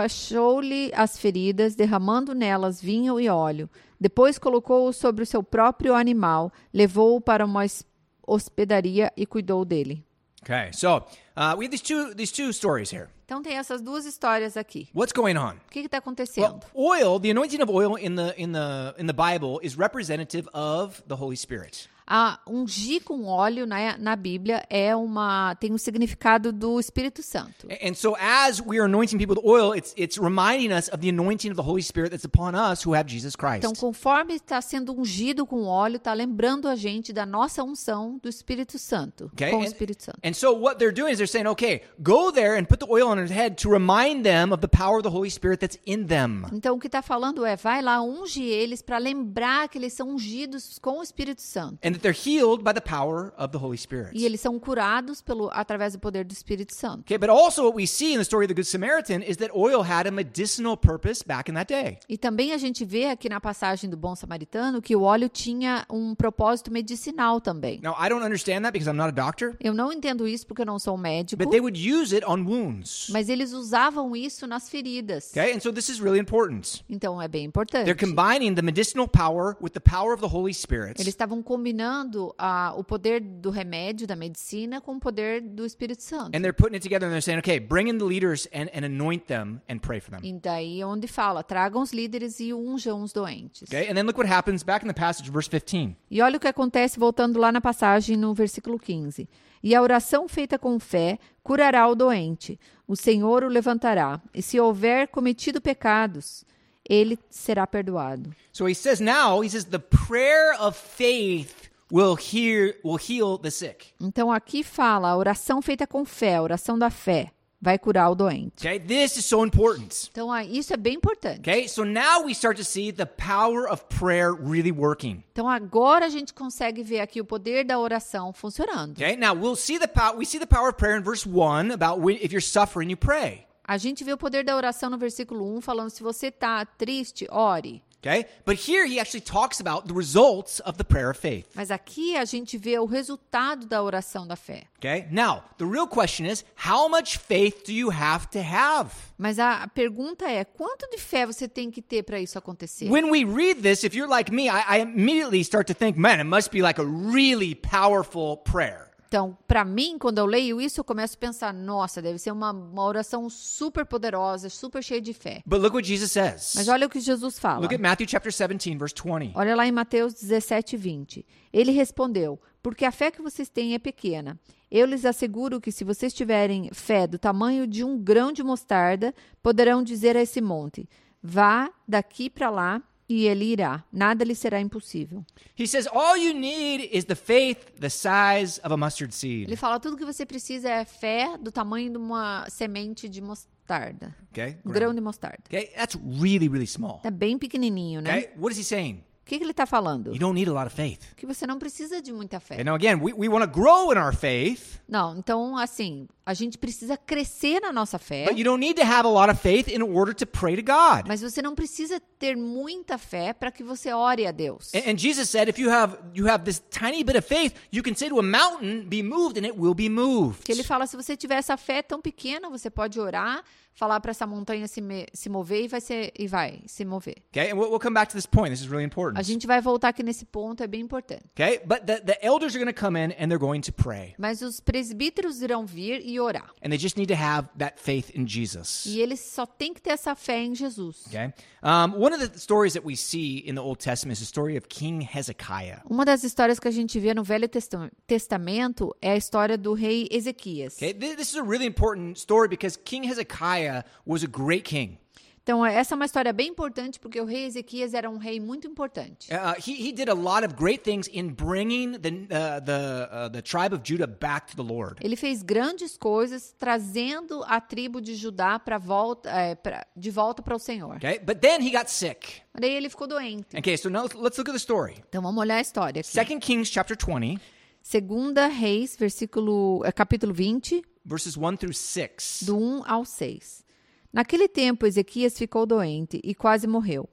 [SPEAKER 4] enfaixou-lhe as feridas, derramando nelas vinho e óleo. Depois colocou-o sobre o seu próprio animal, levou-o para uma es- hospedaria e cuidou dele.
[SPEAKER 3] Okay, so uh, we have these two these two stories here.
[SPEAKER 4] Então tem essas duas histórias aqui.
[SPEAKER 3] What's going on?
[SPEAKER 4] O que está acontecendo?
[SPEAKER 3] Well, oil, the anointing of oil in the in the in the Bible is representative of the Holy Spirit.
[SPEAKER 4] A ungir com óleo na, na Bíblia é uma tem um significado do Espírito Santo.
[SPEAKER 3] A- And so as we are anointing people with oil, it's it's reminding us of the anointing of the Holy Spirit that's upon us who have Jesus Christ.
[SPEAKER 4] Então, conforme está sendo ungido com óleo, está lembrando a gente da nossa unção do Espírito Santo,
[SPEAKER 3] Okay?
[SPEAKER 4] com o
[SPEAKER 3] and-
[SPEAKER 4] Espírito Santo.
[SPEAKER 3] And so what they're doing is they're saying, okay, go there and put the oil on his head to remind them of the power of the Holy Spirit that's in them.
[SPEAKER 4] Então, o que está falando é, vai lá, unge eles para lembrar que eles são ungidos com o Espírito Santo.
[SPEAKER 3] And that they're healed by the power of the Holy Spirit.
[SPEAKER 4] E eles são curados pelo, através do poder do Espírito Santo.
[SPEAKER 3] Okay, but also what we see in the story of the Good Samaritan is that oil had a medicinal purpose back in that day.
[SPEAKER 4] E também a gente vê aqui na passagem do Bom Samaritano que o óleo tinha um propósito medicinal também.
[SPEAKER 3] Now I don't understand that because I'm not a doctor,
[SPEAKER 4] Eu não entendo isso porque eu não sou um médico,
[SPEAKER 3] but they would use it on wounds.
[SPEAKER 4] mas eles usavam isso nas feridas.
[SPEAKER 3] Okay, and so this is really important.
[SPEAKER 4] Então, é bem
[SPEAKER 3] They're
[SPEAKER 4] importante.
[SPEAKER 3] combining the medicinal power with the power of the Holy Spirit.
[SPEAKER 4] Eles estavam combinando ah, o poder do remédio, da medicina, com o poder do Espírito Santo.
[SPEAKER 3] And they're putting it together and they're saying, okay, bring in the leaders and, and anoint them and pray for them.
[SPEAKER 4] E daí é onde fala, tragam os líderes e unjam os doentes.
[SPEAKER 3] Okay, and then look what happens back in the passage, verse 15.
[SPEAKER 4] E olha o que acontece voltando lá na passagem no versículo 15. E a oração feita com fé curará o doente. O Senhor o levantará. E se houver cometido pecados, ele será perdoado.
[SPEAKER 3] So he says now, he says, the prayer of faith will hear will heal the sick.
[SPEAKER 4] Então aqui fala, a oração feita com fé, a oração da fé, vai curar o doente.
[SPEAKER 3] Okay, this is so important.
[SPEAKER 4] Então ah, isso é bem importante.
[SPEAKER 3] Okay, so now we start to see the power of prayer really working.
[SPEAKER 4] Então agora a gente consegue ver aqui o poder da oração funcionando.
[SPEAKER 3] Okay, now we'll see the power. We see the power of prayer in verse one about when, if you're suffering, you pray.
[SPEAKER 4] A gente vê o poder da oração no versículo 1 falando se você tá triste, ore.
[SPEAKER 3] Okay, but here he actually talks about the results of the prayer of faith.
[SPEAKER 4] Mas aqui a gente vê o resultado da oração da fé.
[SPEAKER 3] Okay, now the real question is, how much faith do you have to have?
[SPEAKER 4] Mas a a pergunta é, quanto de fé você tem que ter para isso acontecer?
[SPEAKER 3] When we read this, if you're like me, I, I immediately start to think, man, it must be like a really powerful prayer.
[SPEAKER 4] Então, para mim, quando eu leio isso, eu começo a pensar, nossa, deve ser uma, uma oração super poderosa, super cheia de fé.
[SPEAKER 3] But look what Jesus
[SPEAKER 4] Mas
[SPEAKER 3] says.
[SPEAKER 4] olha o que Jesus fala.
[SPEAKER 3] Look at Matthew chapter 17, verse 20.
[SPEAKER 4] Olha lá em Mateus 17, 20. Ele respondeu: Porque a fé que vocês têm é pequena. Eu lhes asseguro que, se vocês tiverem fé do tamanho de um grão de mostarda, poderão dizer a esse monte: Vá daqui para lá, e ele irá. Nada lhe será impossível.
[SPEAKER 3] He says, all you need is the faith the size of a mustard
[SPEAKER 4] Ele
[SPEAKER 3] seed.
[SPEAKER 4] fala: Tudo que você precisa é fé do tamanho de uma semente de mostarda.
[SPEAKER 3] Okay?
[SPEAKER 4] Um grão de mostarda.
[SPEAKER 3] Okay? That's really, really small.
[SPEAKER 4] Tá bem pequenininho, né?
[SPEAKER 3] Okay? What is he saying?
[SPEAKER 4] O que, que ele tá falando?
[SPEAKER 3] You don't need a lot of faith.
[SPEAKER 4] Que você não precisa de muita fé.
[SPEAKER 3] And now, again, we, we want to grow in our faith,
[SPEAKER 4] Não, então, assim, a gente precisa crescer na nossa fé.
[SPEAKER 3] but you don't need to have a lot of faith in order to pray to God.
[SPEAKER 4] Mas você não precisa ter muita fé para que você ore a Deus.
[SPEAKER 3] And, and Jesus said, if you have you have this tiny bit of faith, you can say to a mountain, "Be moved," and it will be moved.
[SPEAKER 4] Que ele fala, se você tiver essa fé tão pequena, você pode orar, falar para essa montanha se, me- se mover e vai ser e vai se mover.
[SPEAKER 3] Okay, and we'll, we'll come back to this point. This is really
[SPEAKER 4] A
[SPEAKER 3] important.
[SPEAKER 4] gente vai voltar aqui nesse ponto, é bem importante.
[SPEAKER 3] Okay, but the, the elders are going to come in and they're going to pray,
[SPEAKER 4] Mas os presbíteros irão vir e orar.
[SPEAKER 3] and they just need to have that faith in Jesus.
[SPEAKER 4] E eles só têm que ter essa fé em Jesus.
[SPEAKER 3] Okay, um, one of the stories that we see in the Old Testament is the story of King Hezekiah.
[SPEAKER 4] Uma das histórias que a gente vê no Velho Testa- Testamento é a história do rei Ezequias.
[SPEAKER 3] Okay, thi- this is a really important story because King Hezekiah was a great king.
[SPEAKER 4] Então, essa é uma história bem importante, porque o rei Ezequias era um rei muito importante.
[SPEAKER 3] Uh, he, he did a lot of great things in bringing the, uh, the, uh, the tribe of Judah back to the Lord.
[SPEAKER 4] Ele fez grandes coisas, trazendo a tribo de Judá pra volta, é, pra- de volta para o Senhor.
[SPEAKER 3] Okay, but then he got sick.
[SPEAKER 4] Mas Daí ele ficou doente.
[SPEAKER 3] Okay, so now let's- let's look at the story.
[SPEAKER 4] Então, vamos olhar a história aqui.
[SPEAKER 3] Second Kings chapter 20,
[SPEAKER 4] Segunda Reis, versículo, é, capítulo 20,
[SPEAKER 3] verses 1 through 6.
[SPEAKER 4] do 1 ao 6. Naquele tempo, Ezequias ficou doente e quase morreu.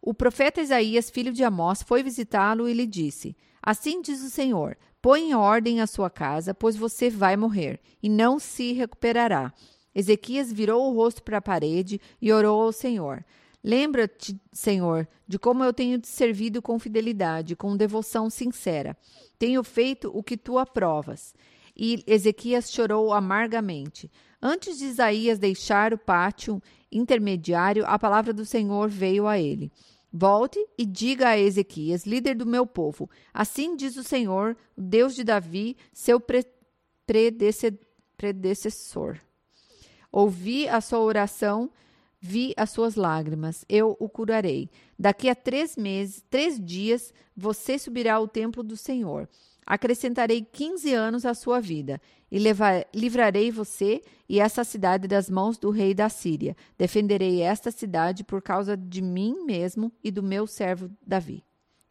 [SPEAKER 4] O profeta Isaías, filho de Amós, foi visitá-lo e lhe disse: Assim diz o Senhor: Põe em ordem a sua casa, pois você vai morrer e não se recuperará. Ezequias virou o rosto para a parede e orou ao Senhor. Lembra-te, Senhor, de como eu tenho te servido com fidelidade, com devoção sincera. Tenho feito o que tu aprovas. E Ezequias chorou amargamente. Antes de Isaías deixar o pátio intermediário, a palavra do Senhor veio a ele. Volte e diga a Ezequias, líder do meu povo: Assim diz o Senhor, o Deus de Davi, seu pre- predece- predecessor. Ouvi a sua oração, vi as suas lágrimas, eu o curarei. Daqui a três meses, três dias, você subirá ao templo do Senhor. Acrescentarei 15 anos à sua vida e leva- livrarei você e essa cidade das mãos do rei da Síria. Defenderei esta cidade por causa de mim mesmo e do meu servo Davi.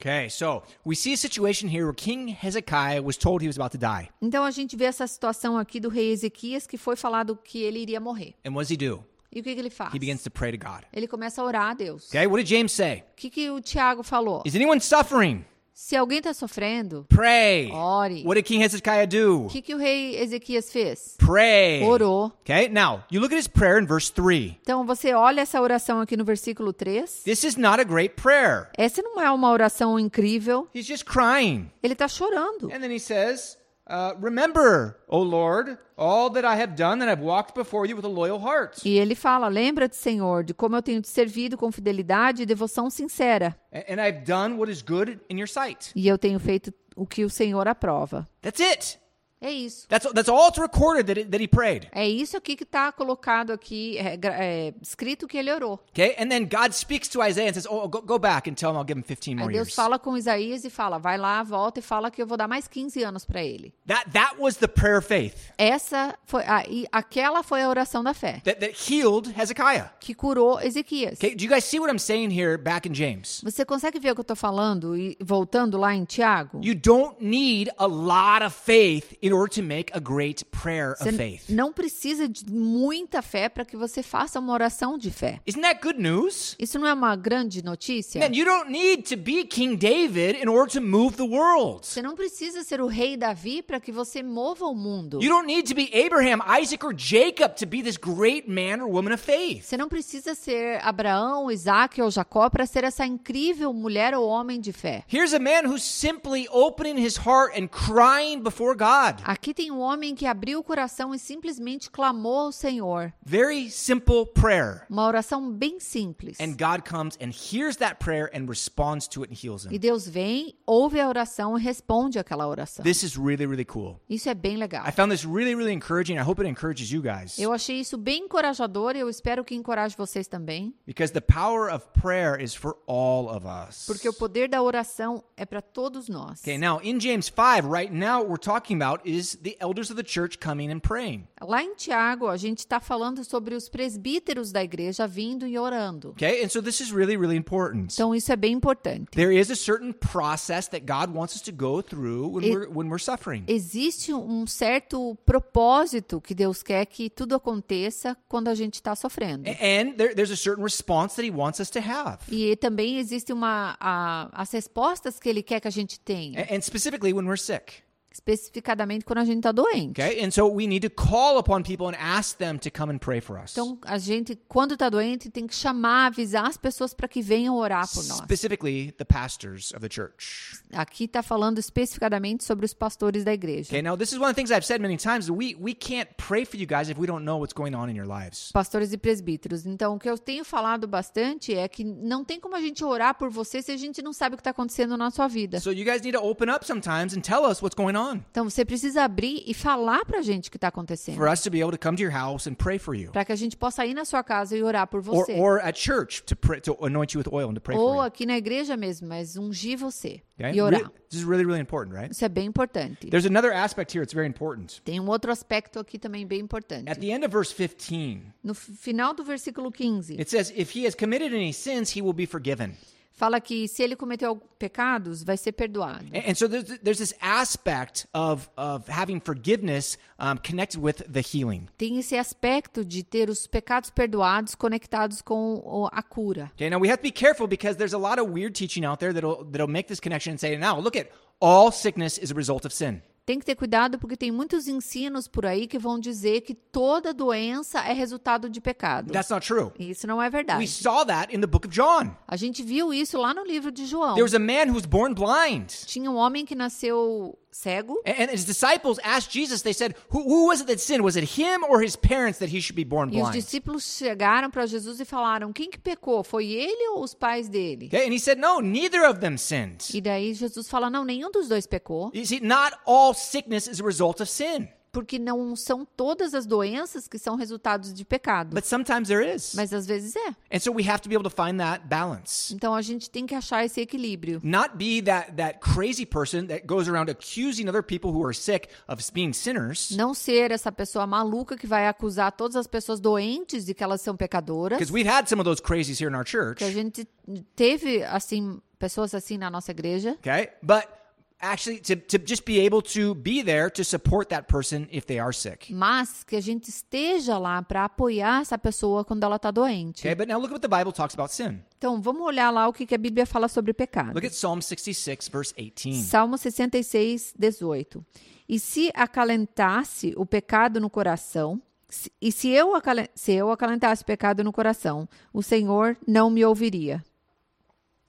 [SPEAKER 3] Okay, so we see a situation here where King Hezekiah was told he was about to die.
[SPEAKER 4] Então a gente vê essa situação aqui do rei Ezequias que foi falado que ele iria morrer.
[SPEAKER 3] And what does he do?
[SPEAKER 4] E o que, que ele faz?
[SPEAKER 3] He begins to pray to God.
[SPEAKER 4] Ele começa a orar a Deus.
[SPEAKER 3] Okay, what did James say?
[SPEAKER 4] O que, que o Tiago falou?
[SPEAKER 3] Is anyone suffering?
[SPEAKER 4] Se alguém está sofrendo,
[SPEAKER 3] Pray.
[SPEAKER 4] Ore.
[SPEAKER 3] What did King Hezekiah do?
[SPEAKER 4] o que, que o rei Ezequias fez?
[SPEAKER 3] Pray.
[SPEAKER 4] Orou.
[SPEAKER 3] Okay, now you look at his prayer in verse 3.
[SPEAKER 4] Então você olha essa oração aqui no versículo 3.
[SPEAKER 3] This is not a great prayer.
[SPEAKER 4] Essa não é uma oração incrível.
[SPEAKER 3] He's just crying.
[SPEAKER 4] Ele está chorando.
[SPEAKER 3] And then he says, uh, Remember, O Lord, all that I have done, and I've walked before you with a loyal heart.
[SPEAKER 4] E ele fala: Lembra-te, Senhor, de como eu tenho te servido com fidelidade e devoção sincera.
[SPEAKER 3] A- And I've done what is good in your sight.
[SPEAKER 4] E eu tenho feito o que o Senhor aprova.
[SPEAKER 3] That's it.
[SPEAKER 4] É isso.
[SPEAKER 3] That's, that's all it's recorded that, it, that he prayed.
[SPEAKER 4] É isso aqui que está colocado aqui, é, gra- é, escrito que ele orou.
[SPEAKER 3] Okay? And then God speaks to Isaiah and says, Oh, go, go back and tell him I'll give him 15
[SPEAKER 4] Aí
[SPEAKER 3] more
[SPEAKER 4] Deus
[SPEAKER 3] years.
[SPEAKER 4] fala com Isaías e fala: vai lá, volta e fala que eu vou dar mais 15 anos para ele.
[SPEAKER 3] That, that was the prayer of faith
[SPEAKER 4] Essa foi a, e aquela foi a oração da fé
[SPEAKER 3] that, that healed Hezekiah.
[SPEAKER 4] que curou Ezequias.
[SPEAKER 3] Okay? Do you guys see what I'm saying here back in James?
[SPEAKER 4] Você consegue ver o que eu tô falando e voltando lá em Tiago?
[SPEAKER 3] You don't need a lot of faith in order to make a great prayer
[SPEAKER 4] Você
[SPEAKER 3] of faith.
[SPEAKER 4] não precisa de muita fé para que você faça uma oração de fé.
[SPEAKER 3] Isn't that good news?
[SPEAKER 4] Isso não é uma grande notícia?
[SPEAKER 3] Man, you don't need to be King David in order to move the world.
[SPEAKER 4] Você não precisa ser o rei Davi para que você mova o mundo.
[SPEAKER 3] You don't need to be Abraham, Isaac, or Jacob to be this great man or woman of faith.
[SPEAKER 4] Você não precisa ser Abraão, Isaac ou Jacó para ser essa incrível mulher ou homem de fé.
[SPEAKER 3] Here's a man who's simply opening his heart and crying before God.
[SPEAKER 4] Aqui tem um homem que abriu o coração e simplesmente clamou ao Senhor.
[SPEAKER 3] Very simple prayer.
[SPEAKER 4] Uma oração bem simples.
[SPEAKER 3] And God comes and hears that prayer and responds to it and heals
[SPEAKER 4] E
[SPEAKER 3] him.
[SPEAKER 4] Deus vem, ouve a oração e responde àquela oração.
[SPEAKER 3] This is really, really cool.
[SPEAKER 4] Isso é bem legal.
[SPEAKER 3] I found this really, really encouraging. I hope it encourages you guys.
[SPEAKER 4] Eu achei isso bem encorajador e eu espero que encoraje vocês também,
[SPEAKER 3] Because the power of prayer is for all of us.
[SPEAKER 4] porque o poder da oração é para todos nós.
[SPEAKER 3] Okay, now in James 5, right now, what we're talking about is the elders of the church coming and praying.
[SPEAKER 4] Lá em Tiago, a gente está falando sobre os presbíteros da igreja vindo e orando.
[SPEAKER 3] Okay, and so this is really, really important.
[SPEAKER 4] Então, isso é bem importante.
[SPEAKER 3] There is a certain process that God wants us to go through when,
[SPEAKER 4] It-
[SPEAKER 3] we're, when we're suffering.
[SPEAKER 4] Existe um certo propósito que Deus quer que tudo aconteça quando a gente está sofrendo.
[SPEAKER 3] A- and there, there's a certain response that He wants us to have.
[SPEAKER 4] E também existe uma a- as respostas que Ele quer que a gente tenha,
[SPEAKER 3] A- And specifically when we're sick.
[SPEAKER 4] especificamente quando a gente está doente.
[SPEAKER 3] Okay, and so we need to call upon people and ask them to come and pray for us.
[SPEAKER 4] Então, a gente, quando está doente, tem que chamar, avisar as pessoas para que venham orar por nós.
[SPEAKER 3] Specifically, the pastors of the church.
[SPEAKER 4] Aqui está falando especificamente sobre os pastores da igreja.
[SPEAKER 3] Okay, now this is one of the things I've said many times. We we can't pray for you guys if we don't know what's going on in your lives.
[SPEAKER 4] Pastores e presbíteros. Então, o que eu tenho falado bastante é que não tem como a gente orar por você se a gente não sabe o que está tá acontecendo na sua vida.
[SPEAKER 3] So you guys need to open up sometimes and tell us what's going on
[SPEAKER 4] Então você precisa abrir e falar pra gente o que tá acontecendo.
[SPEAKER 3] for us to be able to come to your house and pray for you.
[SPEAKER 4] Pra que a gente possa ir na sua casa e orar por
[SPEAKER 3] Or,
[SPEAKER 4] você.
[SPEAKER 3] or at church to, pray, to anoint you with oil and to pray
[SPEAKER 4] Ou
[SPEAKER 3] for
[SPEAKER 4] aqui na igreja mesmo, mas ungir você
[SPEAKER 3] you. Okay?
[SPEAKER 4] e orar.
[SPEAKER 3] Re- this is really, really important, right?
[SPEAKER 4] Isso é bem importante.
[SPEAKER 3] There's another aspect here. It's very important.
[SPEAKER 4] Tem um outro aspecto aqui também bem
[SPEAKER 3] At
[SPEAKER 4] importante.
[SPEAKER 3] the end of verse 15,
[SPEAKER 4] No f- final do versículo 15,
[SPEAKER 3] it says, If he has committed any sins, he will be forgiven.
[SPEAKER 4] fala que se ele cometeu algum- pecados, vai ser perdoado.
[SPEAKER 3] And, and so there's, there's this aspect of, of having forgiveness um, connected with the healing.
[SPEAKER 4] Tem esse aspecto de ter os pecados perdoados conectados com o- a cura.
[SPEAKER 3] Okay, now we have to be careful because there's a lot of weird teaching out there that'll that'll make this connection and say, now look at all sickness is a result of sin.
[SPEAKER 4] Tem que ter cuidado porque tem muitos ensinos por aí que vão dizer que toda doença é resultado de pecado.
[SPEAKER 3] That's not true.
[SPEAKER 4] E Isso não é
[SPEAKER 3] We
[SPEAKER 4] verdade.
[SPEAKER 3] saw that in the book of John.
[SPEAKER 4] A gente viu isso lá no livro de João.
[SPEAKER 3] There was a man who was born blind.
[SPEAKER 4] Tinha um homem que nasceu cego
[SPEAKER 3] And and his disciples asked Jesus, they said, who, who was it that sinned? Was it him or his parents that he should be born
[SPEAKER 4] e os
[SPEAKER 3] blind?
[SPEAKER 4] discípulos chegaram para Jesus e falaram: quem que pecou? Foi ele ou os pais dele?
[SPEAKER 3] Okay, and he said, no, neither of them sinned.
[SPEAKER 4] E daí Jesus fala: não, nenhum dos dois pecou,
[SPEAKER 3] You see, not all sickness is a result of sin,
[SPEAKER 4] porque não são todas as doenças que são resultados de pecado.
[SPEAKER 3] but sometimes there is.
[SPEAKER 4] Mas às vezes é.
[SPEAKER 3] And so we have to be able to find that balance.
[SPEAKER 4] Então a gente tem que achar esse equilíbrio.
[SPEAKER 3] not be that that crazy person that goes around accusing other people who are sick of being sinners
[SPEAKER 4] Não ser essa pessoa maluca que vai acusar todas as pessoas doentes de que elas são pecadoras.
[SPEAKER 3] because we've had some of those crazies here in our church
[SPEAKER 4] Que a gente teve, assim, pessoas assim na nossa igreja.
[SPEAKER 3] okay but actually to, to just be able to be there to support that person if they are sick
[SPEAKER 4] Mas que a gente esteja lá para apoiar essa pessoa quando ela tá doente.
[SPEAKER 3] okay but now look at what the bible talks about sin
[SPEAKER 4] Então, vamos olhar lá o que, que a Bíblia fala sobre pecado.
[SPEAKER 3] look at psalm 66 verse 18
[SPEAKER 4] Salmo 66, 18. E se acalentasse o pecado no coração, se- e se eu, acalen- se eu acalentasse o pecado no coração, o Senhor não me ouviria.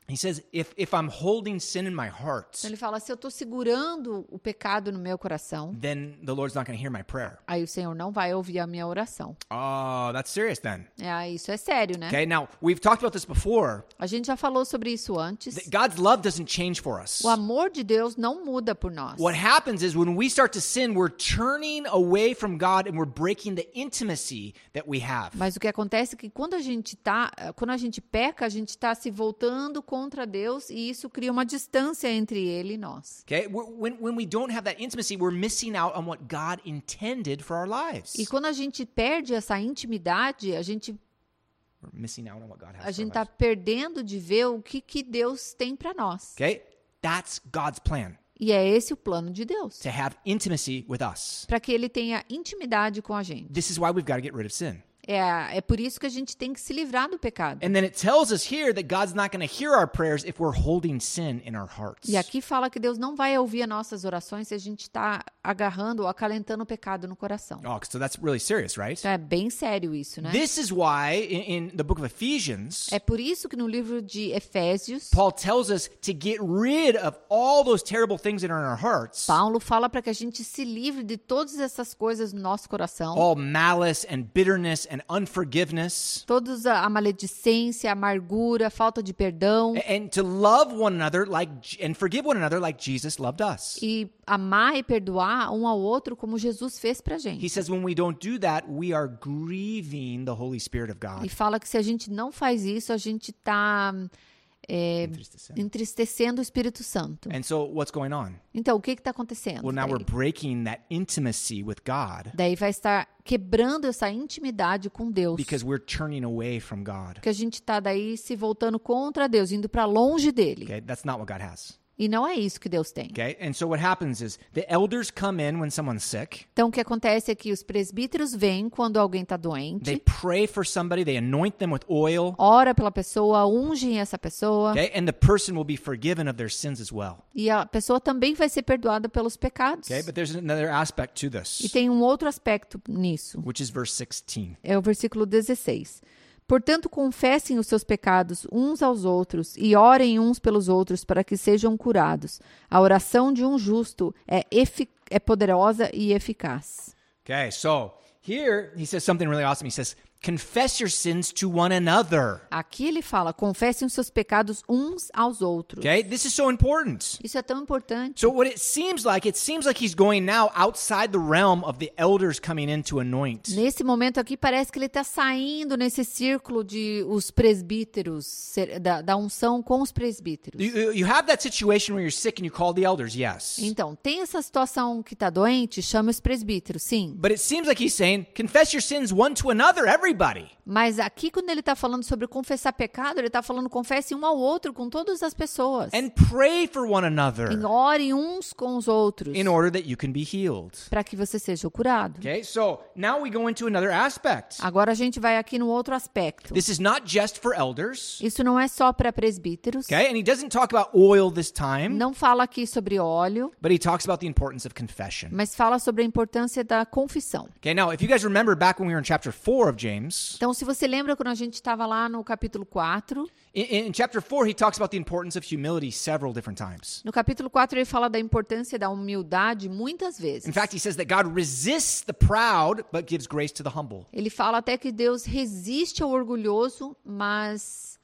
[SPEAKER 3] he says if if i'm holding sin in my heart
[SPEAKER 4] Então, ele fala, se eu estou segurando o pecado no meu coração,
[SPEAKER 3] then the lord's not going to hear my prayer
[SPEAKER 4] aí o Senhor não vai ouvir a minha oração.
[SPEAKER 3] oh that's serious then
[SPEAKER 4] É, ah, isso é sério, né?
[SPEAKER 3] okay now we've talked about this before
[SPEAKER 4] A gente já falou sobre isso antes.
[SPEAKER 3] that god's love doesn't change for us
[SPEAKER 4] O amor de Deus não muda por nós.
[SPEAKER 3] What happens is when we start to sin, we're turning away from God and we're breaking the intimacy that we have.
[SPEAKER 4] Mas o que acontece é que quando a gente tá, quando a gente peca, a gente está se voltando contra Deus e isso cria uma distância entre ele e nós.
[SPEAKER 3] Okay? We're- When, when we don't have that intimacy, we're missing out on what God intended for our lives.
[SPEAKER 4] E quando a gente perde essa intimidade, a gente
[SPEAKER 3] We're missing out on what God has
[SPEAKER 4] a
[SPEAKER 3] for our
[SPEAKER 4] gente tá
[SPEAKER 3] lives.
[SPEAKER 4] perdendo de ver o que que Deus tem para nós.
[SPEAKER 3] Okay? That's God's plan
[SPEAKER 4] E é esse o plano de Deus,
[SPEAKER 3] to have intimacy with us.
[SPEAKER 4] para que ele tenha intimidade com a gente.
[SPEAKER 3] This is why we've got to get rid of sin.
[SPEAKER 4] É, é por isso que a gente tem que se livrar do pecado.
[SPEAKER 3] And then it tells us here that God's not going to hear our prayers if we're holding sin in our hearts.
[SPEAKER 4] E aqui fala que Deus não vai ouvir as nossas orações se a gente está agarrando ou acalentando o pecado no coração.
[SPEAKER 3] Oh, so that's really serious, right?
[SPEAKER 4] Então é bem sério isso, né?
[SPEAKER 3] This is why in, in the book of Ephesians,
[SPEAKER 4] É por isso que no livro de Efésios,
[SPEAKER 3] Paul tells us to get rid of all those terrible things that are in our hearts
[SPEAKER 4] Paulo fala para que a gente se livre de todas essas coisas no nosso coração.
[SPEAKER 3] all malice and bitterness and unforgiveness
[SPEAKER 4] Todos a, a maledicência, a amargura, a falta de perdão.
[SPEAKER 3] a- and to love one another like J- and forgive one another like Jesus loved us.
[SPEAKER 4] E amar e perdoar um ao outro como Jesus fez pra
[SPEAKER 3] He
[SPEAKER 4] gente.
[SPEAKER 3] says when we don't do that, we are grieving the Holy Spirit of
[SPEAKER 4] E
[SPEAKER 3] God.
[SPEAKER 4] fala que se a gente não faz isso, a gente tá é, entristecendo o Espírito Santo.
[SPEAKER 3] And so what's going on?
[SPEAKER 4] Então, o que que tá acontecendo?
[SPEAKER 3] É. Well, now we're
[SPEAKER 4] daí?
[SPEAKER 3] breaking that intimacy with God
[SPEAKER 4] Daí vai estar quebrando essa intimidade com Deus.
[SPEAKER 3] because we're turning away from God.
[SPEAKER 4] Porque a gente tá daí se voltando contra Deus, indo pra longe dele.
[SPEAKER 3] Okay? That's not what God has.
[SPEAKER 4] E não é isso que Deus tem.
[SPEAKER 3] Okay? And so what happens is the elders come in when someone's sick.
[SPEAKER 4] Então, o que acontece é que os presbíteros vêm quando alguém está
[SPEAKER 3] They
[SPEAKER 4] doente,
[SPEAKER 3] pray for somebody, they anoint them with oil,
[SPEAKER 4] ora pela pessoa, ungem essa pessoa,
[SPEAKER 3] okay? And the person will be forgiven of their sins as well.
[SPEAKER 4] e a pessoa também vai ser perdoada pelos pecados.
[SPEAKER 3] Okay? But there's another aspect to
[SPEAKER 4] E
[SPEAKER 3] this,
[SPEAKER 4] tem um outro aspecto nisso,
[SPEAKER 3] which is verse 16.
[SPEAKER 4] é o versículo 16. Portanto, confessem os seus pecados uns aos outros e orem uns pelos outros para que sejam curados. A oração de um justo é, efi- é poderosa e eficaz.
[SPEAKER 3] Okay, so here he says something really awesome. He says, confess your sins to one another.
[SPEAKER 4] Aqui ele fala: confessem os seus pecados uns aos outros.
[SPEAKER 3] Okay? This is so important.
[SPEAKER 4] Isso é tão importante.
[SPEAKER 3] So what it seems like, it seems like he's going now outside the realm of the elders coming in to anoint.
[SPEAKER 4] Nesse momento aqui, parece que ele está saindo nesse círculo de os presbíteros, ser- da, da unção com os presbíteros.
[SPEAKER 3] You- You, you have that situation where you're sick and you call the elders, yes.
[SPEAKER 4] Então, tem essa situação que está doente, chame os presbíteros, sim.
[SPEAKER 3] But it seems like he's saying, confess your sins one to another, everybody.
[SPEAKER 4] Mas aqui, quando ele está falando sobre confessar pecado, ele está falando confesse um ao outro com todas as pessoas.
[SPEAKER 3] And pray for one
[SPEAKER 4] E
[SPEAKER 3] another
[SPEAKER 4] orem uns com os outros
[SPEAKER 3] in order that you can be healed.
[SPEAKER 4] para que você seja curado.
[SPEAKER 3] Okay, so now we go into another aspect.
[SPEAKER 4] Agora a gente vai aqui no outro aspecto.
[SPEAKER 3] This is not just for elders.
[SPEAKER 4] Isso não é só para presbíteros.
[SPEAKER 3] Okay, and he doesn't talk about oil this time,
[SPEAKER 4] Não fala aqui sobre óleo,
[SPEAKER 3] but he talks about the importance of confession.
[SPEAKER 4] mas fala sobre a importância da confissão.
[SPEAKER 3] Okay, now if you guys remember back when we were in chapter 4 of James,
[SPEAKER 4] Então, se você lembra quando a gente estava lá no capítulo 4,
[SPEAKER 3] in, in chapter 4 he talks about the importance of humility several different times.
[SPEAKER 4] no capítulo 4 ele fala da importância da humildade muitas
[SPEAKER 3] In
[SPEAKER 4] vezes.
[SPEAKER 3] fact, he says that God resists the proud but gives grace to the humble.
[SPEAKER 4] Ele fala até que Deus resiste ao orgulhoso, mas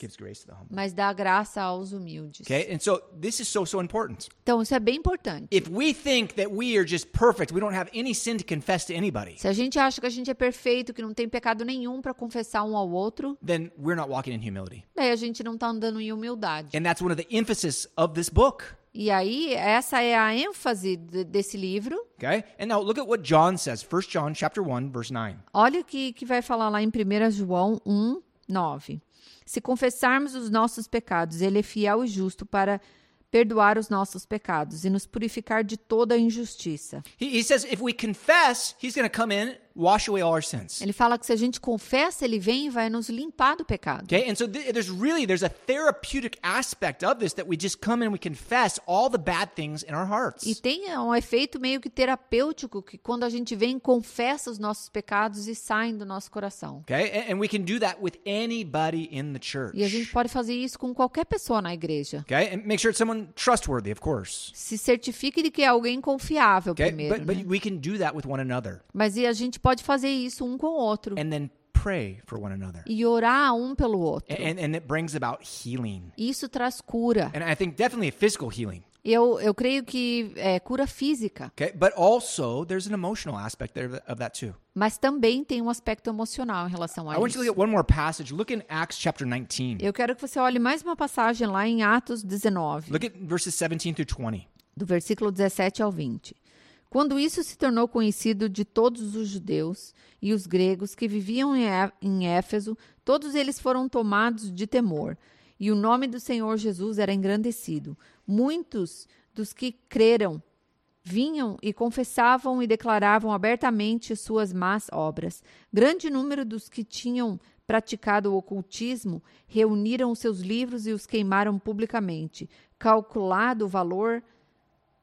[SPEAKER 3] Gives grace to the humble.
[SPEAKER 4] mas dá graça aos humildes.
[SPEAKER 3] Okay, and so this is so so important.
[SPEAKER 4] Então, isso é bem importante.
[SPEAKER 3] If we think that we are just perfect, we don't have any sin to confess to anybody,
[SPEAKER 4] Se a gente acha que a gente é perfeito, que não tem pecado nenhum para confessar um ao outro,
[SPEAKER 3] then we're not walking in humility.
[SPEAKER 4] daí a gente não tá andando em humildade.
[SPEAKER 3] And that's one of the emphasis of this book.
[SPEAKER 4] E aí, essa é a ênfase de- desse livro.
[SPEAKER 3] Okay? And now look at what John says. 1 John chapter 1 verse 9.
[SPEAKER 4] Olha o que, que vai falar lá em 1 João 1, 9. Se confessarmos os nossos pecados, ele é fiel e justo para perdoar os nossos pecados e nos purificar de toda a injustiça.
[SPEAKER 3] He, he says if we confess, he's going to come in, wash away all our sins.
[SPEAKER 4] Ele fala que se a gente confessa, ele vem e vai nos limpar do pecado.
[SPEAKER 3] Okay? And so th- there's really there's a therapeutic aspect of this that we just come in and we confess all the bad things in our hearts.
[SPEAKER 4] E tem um efeito meio que terapêutico que quando a gente vem confessa os nossos pecados e saem do nosso coração.
[SPEAKER 3] Okay? A- And, we can do that with anybody in the church.
[SPEAKER 4] E a gente pode fazer isso com qualquer pessoa na igreja.
[SPEAKER 3] Okay? And make sure it's someone trustworthy, of course.
[SPEAKER 4] Se certifique de que é alguém confiável
[SPEAKER 3] Okay?
[SPEAKER 4] primeiro.
[SPEAKER 3] But, but
[SPEAKER 4] né?
[SPEAKER 3] we can do that with one another
[SPEAKER 4] Mas e a gente pode fazer isso um com o outro
[SPEAKER 3] and then pray for one another.
[SPEAKER 4] e orar um pelo outro.
[SPEAKER 3] And, and it brings about healing.
[SPEAKER 4] Isso traz cura.
[SPEAKER 3] And I think definitely a physical healing.
[SPEAKER 4] Eu, eu creio que é cura física,
[SPEAKER 3] Okay, but also there's an emotional aspect there of that too.
[SPEAKER 4] mas também tem um aspecto emocional em relação a
[SPEAKER 3] I want you to look
[SPEAKER 4] isso.
[SPEAKER 3] at one more passage. Look in Acts chapter 19.
[SPEAKER 4] Eu quero que você olhe mais uma passagem lá em Atos 19.
[SPEAKER 3] Look at verses 17 through 20.
[SPEAKER 4] do versículo 17 ao 20. Quando isso se tornou conhecido de todos os judeus e os gregos que viviam emÉ- em Éfeso, todos eles foram tomados de temor, e o nome do Senhor Jesus era engrandecido. Muitos dos que creram vinham e confessavam e declaravam abertamente suas más obras. Grande número dos que tinham praticado o ocultismo reuniram seus livros e os queimaram publicamente. Calculado o valor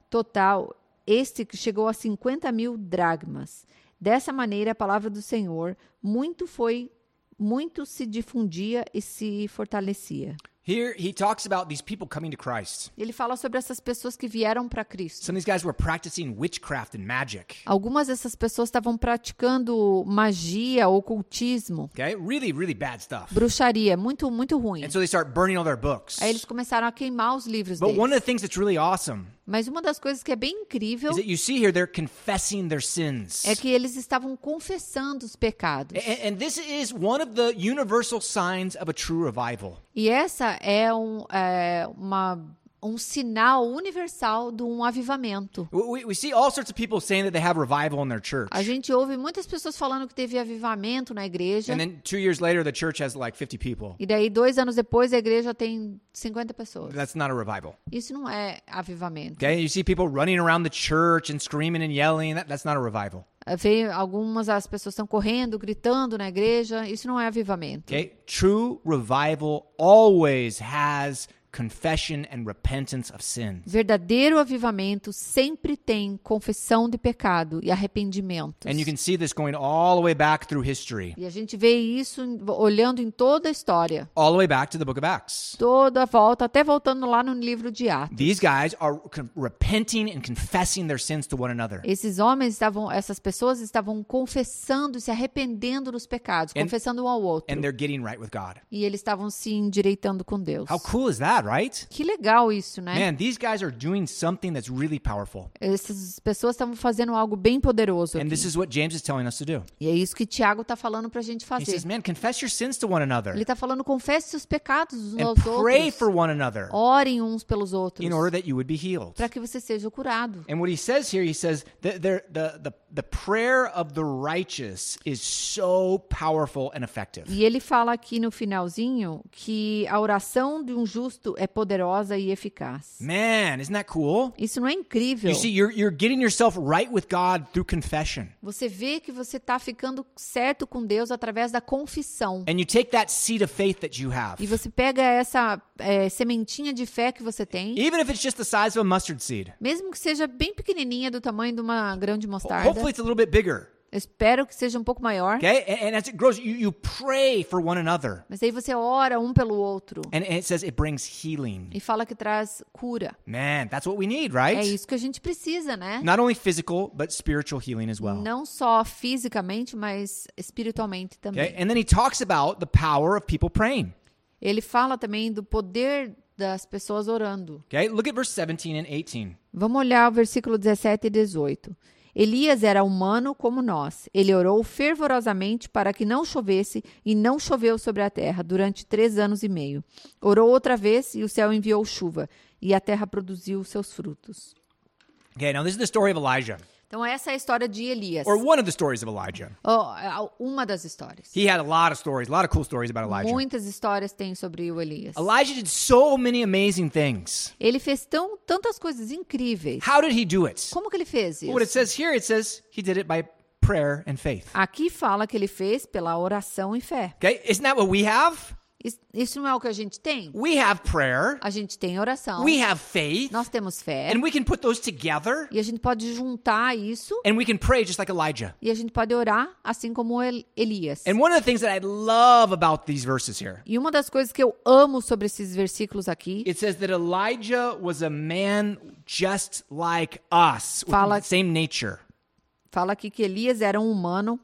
[SPEAKER 4] total, este que chegou a 50 mil dragmas. Dessa maneira, a palavra do Senhor muito foi, muito se difundia e se fortalecia.
[SPEAKER 3] Here he talks about these people coming to Christ.
[SPEAKER 4] Ele fala sobre essas pessoas que vieram para Cristo.
[SPEAKER 3] Some of these guys were practicing witchcraft and magic.
[SPEAKER 4] Algumas dessas pessoas estavam praticando magia, ocultismo,
[SPEAKER 3] Okay, really, really bad stuff.
[SPEAKER 4] bruxaria, muito, muito ruim.
[SPEAKER 3] And so they start burning all their books.
[SPEAKER 4] Aí eles começaram a queimar os livros
[SPEAKER 3] But
[SPEAKER 4] deles.
[SPEAKER 3] one of the things that's really awesome
[SPEAKER 4] Mas uma das coisas que é bem incrível
[SPEAKER 3] is that you see here they're confessing their sins.
[SPEAKER 4] é que eles estavam confessando os pecados.
[SPEAKER 3] A- And, this is one of the universal signs of a true revival.
[SPEAKER 4] E essa é um, é, uma, um sinal universal de um avivamento.
[SPEAKER 3] We- We, we see all sorts of people saying that they have revival in their church.
[SPEAKER 4] A gente ouve muitas pessoas falando que teve avivamento na igreja.
[SPEAKER 3] And then two years later, the church has like 50 people.
[SPEAKER 4] E daí, dois anos depois, a igreja tem 50 pessoas.
[SPEAKER 3] That's not a revival.
[SPEAKER 4] Isso não é avivamento.
[SPEAKER 3] Okay. You see people running around the church and screaming and yelling. That, that's not a revival.
[SPEAKER 4] Vê Eh, algumas as pessoas estão correndo, gritando na igreja. Isso não é avivamento.
[SPEAKER 3] Okay. True revival always has confession and repentance of sins.
[SPEAKER 4] Verdadeiro avivamento sempre tem confissão de pecado e arrependimentos.
[SPEAKER 3] And you can see this going all the way back through history,
[SPEAKER 4] E a gente vê isso em- olhando em toda a história,
[SPEAKER 3] all the way back to the book of Acts.
[SPEAKER 4] toda a volta, até voltando lá no livro de Atos.
[SPEAKER 3] These guys are con- repenting and confessing their sins to one another.
[SPEAKER 4] Esses homens estavam, essas pessoas estavam confessando, e se arrependendo dos pecados,
[SPEAKER 3] And-
[SPEAKER 4] confessando um ao outro.
[SPEAKER 3] And they're getting right with God.
[SPEAKER 4] E eles estavam se endireitando com Deus.
[SPEAKER 3] How cool is that, right?
[SPEAKER 4] Que legal isso, né?
[SPEAKER 3] Man, these guys are doing something that's really powerful.
[SPEAKER 4] Essas pessoas estavam fazendo algo bem poderoso.
[SPEAKER 3] And
[SPEAKER 4] aqui.
[SPEAKER 3] this is what James is telling us to do.
[SPEAKER 4] E é isso que Tiago está falando pra gente
[SPEAKER 3] He
[SPEAKER 4] fazer.
[SPEAKER 3] says, man, confess your sins to one another
[SPEAKER 4] Ele tá falando, confesse seus pecados uns
[SPEAKER 3] and
[SPEAKER 4] aos
[SPEAKER 3] pray for
[SPEAKER 4] outros.
[SPEAKER 3] one another
[SPEAKER 4] Orem uns pelos outros.
[SPEAKER 3] in order that you would be healed.
[SPEAKER 4] Para que você seja curado.
[SPEAKER 3] And what he says here, he says that there- the, the, the prayer of the righteous is so powerful and effective.
[SPEAKER 4] E ele fala aqui no finalzinho que a oração de um justo é poderosa e eficaz.
[SPEAKER 3] Man, isn't that cool?
[SPEAKER 4] Isso não é incrível?
[SPEAKER 3] You see, you're, you're getting yourself right with God through confession.
[SPEAKER 4] Você vê que você está ficando certo com Deus através da confissão.
[SPEAKER 3] And you take that seed of faith that you have,
[SPEAKER 4] E você pega essa é, sementinha de fé que você tem,
[SPEAKER 3] even if it's just the size of a mustard seed.
[SPEAKER 4] mesmo que seja bem pequenininha, do tamanho de uma grão de mostarda.
[SPEAKER 3] Hopefully, it's a little bit bigger.
[SPEAKER 4] Eu espero que seja um pouco maior.
[SPEAKER 3] Okay? And, and as it grows, you, you pray for one another.
[SPEAKER 4] Mas aí você ora um pelo outro
[SPEAKER 3] And, and it says it brings healing.
[SPEAKER 4] e fala que traz cura.
[SPEAKER 3] Man, that's what we need, right?
[SPEAKER 4] É isso que a gente precisa, né?
[SPEAKER 3] Not only physical, but spiritual healing as well.
[SPEAKER 4] Não só fisicamente, mas espiritualmente
[SPEAKER 3] Okay?
[SPEAKER 4] também.
[SPEAKER 3] And then he talks about the power of people praying.
[SPEAKER 4] Ele fala também do poder das pessoas orando.
[SPEAKER 3] Okay? Look at verse 17 and 18.
[SPEAKER 4] Vamos olhar o versículo 17 e 18. Elias era humano como nós. Ele orou fervorosamente para que não chovesse, e não choveu sobre a terra durante três anos e meio. Orou outra vez, e o céu enviou chuva, e a terra produziu seus frutos.
[SPEAKER 3] Okay, now this is the story of Elijah,
[SPEAKER 4] Então, essa é a história de Elias.
[SPEAKER 3] or one of the stories of Elijah.
[SPEAKER 4] Ó, a- uma das histórias.
[SPEAKER 3] He had a lot of stories, a lot of cool stories about Elijah.
[SPEAKER 4] Muitas histórias tem sobre o Elias.
[SPEAKER 3] Elijah did so many amazing things.
[SPEAKER 4] Ele fez tão, tantas coisas incríveis.
[SPEAKER 3] How did he do it?
[SPEAKER 4] Como que ele fez isso?
[SPEAKER 3] What it says here, it says he did it by prayer and faith.
[SPEAKER 4] Aqui fala que ele fez pela oração e fé.
[SPEAKER 3] Okay, isn't that what we have?
[SPEAKER 4] Is- Isso não é o que a gente tem?
[SPEAKER 3] We have prayer,
[SPEAKER 4] A gente tem oração,
[SPEAKER 3] we have faith,
[SPEAKER 4] nós temos fé,
[SPEAKER 3] and we can put those together
[SPEAKER 4] e a gente pode juntar isso
[SPEAKER 3] and we can pray just like Elijah.
[SPEAKER 4] e a gente pode orar assim como El- Elias.
[SPEAKER 3] And one of the things that I love about these verses here,
[SPEAKER 4] E uma das coisas que eu amo sobre esses versículos aqui
[SPEAKER 3] it says that Elijah was a man just like us, with
[SPEAKER 4] Fala-
[SPEAKER 3] the same nature.
[SPEAKER 4] fala aqui que Elias era um humano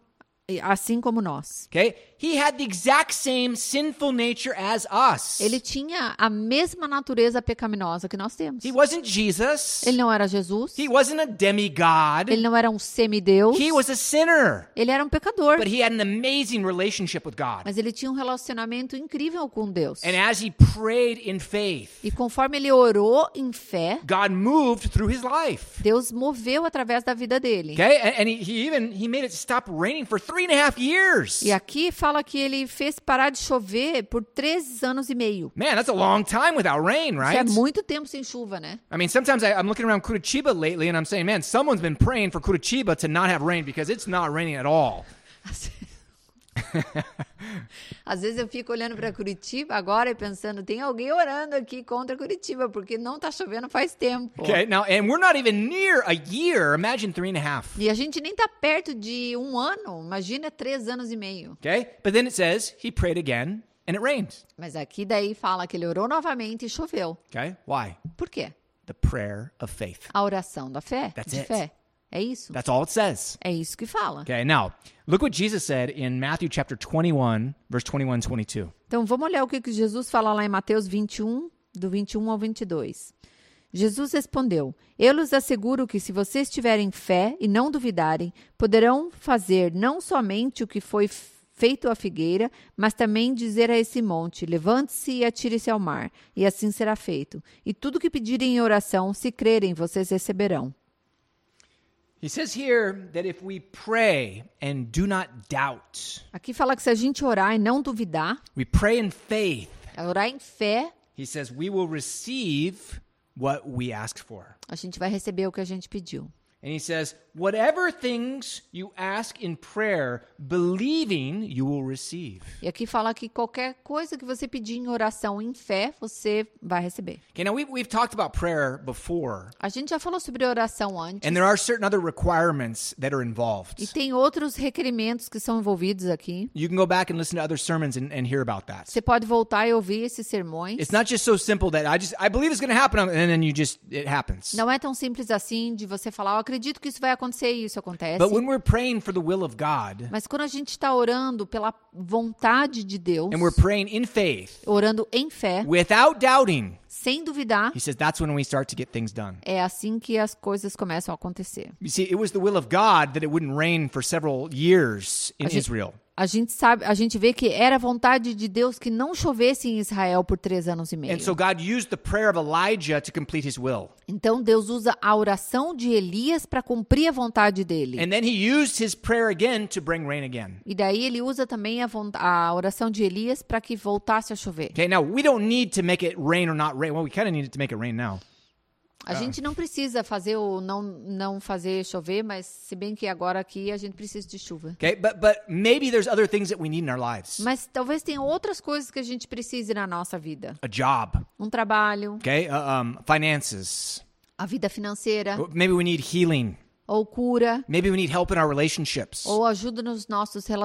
[SPEAKER 4] e- assim como nós.
[SPEAKER 3] Okay? He had the exact same sinful nature as us.
[SPEAKER 4] Ele tinha a mesma natureza pecaminosa que nós temos.
[SPEAKER 3] He wasn't Jesus.
[SPEAKER 4] Ele não era Jesus,
[SPEAKER 3] He wasn't a demigod.
[SPEAKER 4] ele não era um semideus,
[SPEAKER 3] He was a sinner.
[SPEAKER 4] ele era um pecador,
[SPEAKER 3] But he had an amazing relationship with God.
[SPEAKER 4] mas ele tinha um relacionamento incrível com Deus.
[SPEAKER 3] And as he prayed in faith,
[SPEAKER 4] E conforme ele orou em fé,
[SPEAKER 3] God moved through his life.
[SPEAKER 4] Deus moveu através da vida dele.
[SPEAKER 3] Okay? And, and he, he even he made it stop raining for three and a half years.
[SPEAKER 4] E aqui fala que ele fez parar de chover por três anos e meio.
[SPEAKER 3] Man, that's a long time without rain,
[SPEAKER 4] Isso é
[SPEAKER 3] right?
[SPEAKER 4] muito tempo sem chuva, né?
[SPEAKER 3] I mean, sometimes I, I'm looking around Curitiba lately and I'm saying, man, someone's been praying for Curitiba to not have rain because it's not raining at all.
[SPEAKER 4] Às ve- Às vezes eu fico olhando para Curitiba agora e pensando, tem alguém orando aqui contra Curitiba, porque não tá chovendo faz tempo.
[SPEAKER 3] Okay, now, and we're not even near a year. Imagine three and a half.
[SPEAKER 4] E a gente nem tá perto de um ano, imagina três anos e meio.
[SPEAKER 3] Okay, but then it says he prayed again and it rained.
[SPEAKER 4] Mas aqui daí fala que ele orou novamente e choveu.
[SPEAKER 3] Okay, why?
[SPEAKER 4] Por quê?
[SPEAKER 3] The prayer of faith.
[SPEAKER 4] A oração da fé,
[SPEAKER 3] That's
[SPEAKER 4] de
[SPEAKER 3] it.
[SPEAKER 4] fé. É isso?
[SPEAKER 3] That's all it says.
[SPEAKER 4] É isso que fala.
[SPEAKER 3] Okay, now look what Jesus said in Matthew chapter 21, verse 21 22.
[SPEAKER 4] Então vamos olhar o que que Jesus fala lá em Mateus 21, do 21 ao 22. Jesus respondeu: Eu lhes asseguro que se vocês tiverem fé e não duvidarem, poderão fazer não somente o que foi f- feito à figueira, mas também dizer a esse monte: Levante-se e atire-se ao mar, e assim será feito. E tudo que pedirem em oração, se crerem, vocês receberão.
[SPEAKER 3] He says here that if we pray and do not doubt,
[SPEAKER 4] Aqui fala que se a gente orar e não duvidar,
[SPEAKER 3] we pray in faith,
[SPEAKER 4] é orar em fé,
[SPEAKER 3] he says we will receive what we ask for.
[SPEAKER 4] a gente vai receber o que a gente pediu.
[SPEAKER 3] And he says, Whatever things you ask in prayer, believing you will receive.
[SPEAKER 4] E aqui fala que qualquer coisa que você pedir em oração, em fé, você vai receber.
[SPEAKER 3] Okay, now we've, we've talked about prayer before,
[SPEAKER 4] A gente já falou sobre oração antes.
[SPEAKER 3] and there are certain other requirements that are
[SPEAKER 4] E
[SPEAKER 3] involved.
[SPEAKER 4] tem outros requerimentos que são envolvidos aqui.
[SPEAKER 3] You can go back and listen to other sermons and, and hear about that.
[SPEAKER 4] Você pode voltar e ouvir esses sermões.
[SPEAKER 3] It's not just so simple that I just, I believe it's going to happen, and then you just, it happens.
[SPEAKER 4] Não é tão simples assim de você falar, eu acredito que isso vai acontecer e isso acontece.
[SPEAKER 3] But when we're praying for the will of God,
[SPEAKER 4] Mas quando a gente está orando pela vontade de Deus,
[SPEAKER 3] and we're praying in faith,
[SPEAKER 4] orando em fé,
[SPEAKER 3] without doubting,
[SPEAKER 4] sem duvidar,
[SPEAKER 3] he says that's when we start to get things done.
[SPEAKER 4] é assim que as coisas começam a acontecer.
[SPEAKER 3] You see, it was the will of God that it wouldn't rain for several years in
[SPEAKER 4] A gente-
[SPEAKER 3] Israel.
[SPEAKER 4] A gente sabe, a gente vê que era vontade de Deus que não chovesse em Israel por três anos e meio.
[SPEAKER 3] And so God used the prayer of Elijah to complete his will.
[SPEAKER 4] Então Deus usa a oração de Elias para cumprir a vontade dele.
[SPEAKER 3] And then he used his prayer again to bring rain again.
[SPEAKER 4] E daí ele usa também a, von- a oração de Elias para que voltasse a chover.
[SPEAKER 3] Okay, now we don't need to make it rain or not rain. Well, we kind of need it to make it rain now. Ah.
[SPEAKER 4] A gente não precisa fazer ou não, não fazer chover, mas se bem que agora aqui a gente precisa de chuva.
[SPEAKER 3] Okay, but but maybe there's other things that we need in our lives.
[SPEAKER 4] Mas talvez tenha outras coisas que a gente precise na nossa vida.
[SPEAKER 3] A job,
[SPEAKER 4] Um trabalho,
[SPEAKER 3] okay, uh, um, finances.
[SPEAKER 4] a vida financeira,
[SPEAKER 3] Maybe we need healing.
[SPEAKER 4] ou cura,
[SPEAKER 3] Maybe we need help in our relationships.
[SPEAKER 4] ou ajuda nos nossos
[SPEAKER 3] Maybe we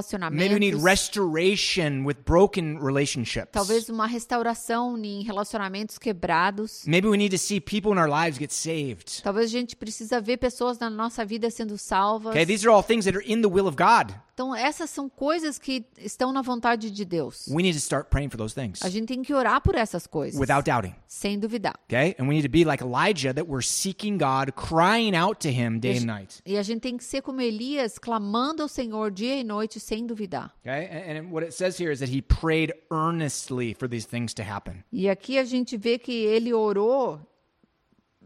[SPEAKER 3] need
[SPEAKER 4] relacionamentos.
[SPEAKER 3] restoration with broken relationships.
[SPEAKER 4] Talvez uma restauração em relacionamentos quebrados.
[SPEAKER 3] Maybe we need to see people in our lives get saved.
[SPEAKER 4] Talvez a gente precisa ver pessoas na nossa vida sendo salvas.
[SPEAKER 3] Okay, these are all things that are in the will of God.
[SPEAKER 4] Então essas são coisas que estão na vontade de Deus.
[SPEAKER 3] We need to start praying for those things
[SPEAKER 4] A gente tem que orar por essas coisas,
[SPEAKER 3] without doubting.
[SPEAKER 4] sem duvidar.
[SPEAKER 3] Okay? And we need to be like Elijah that we're seeking God, crying out to him day and night.
[SPEAKER 4] E a gente tem que ser como Elias, clamando ao Senhor dia e noite, sem duvidar.
[SPEAKER 3] Okay? And, and what it says here is that he prayed earnestly for these things to happen.
[SPEAKER 4] E aqui a gente vê que ele orou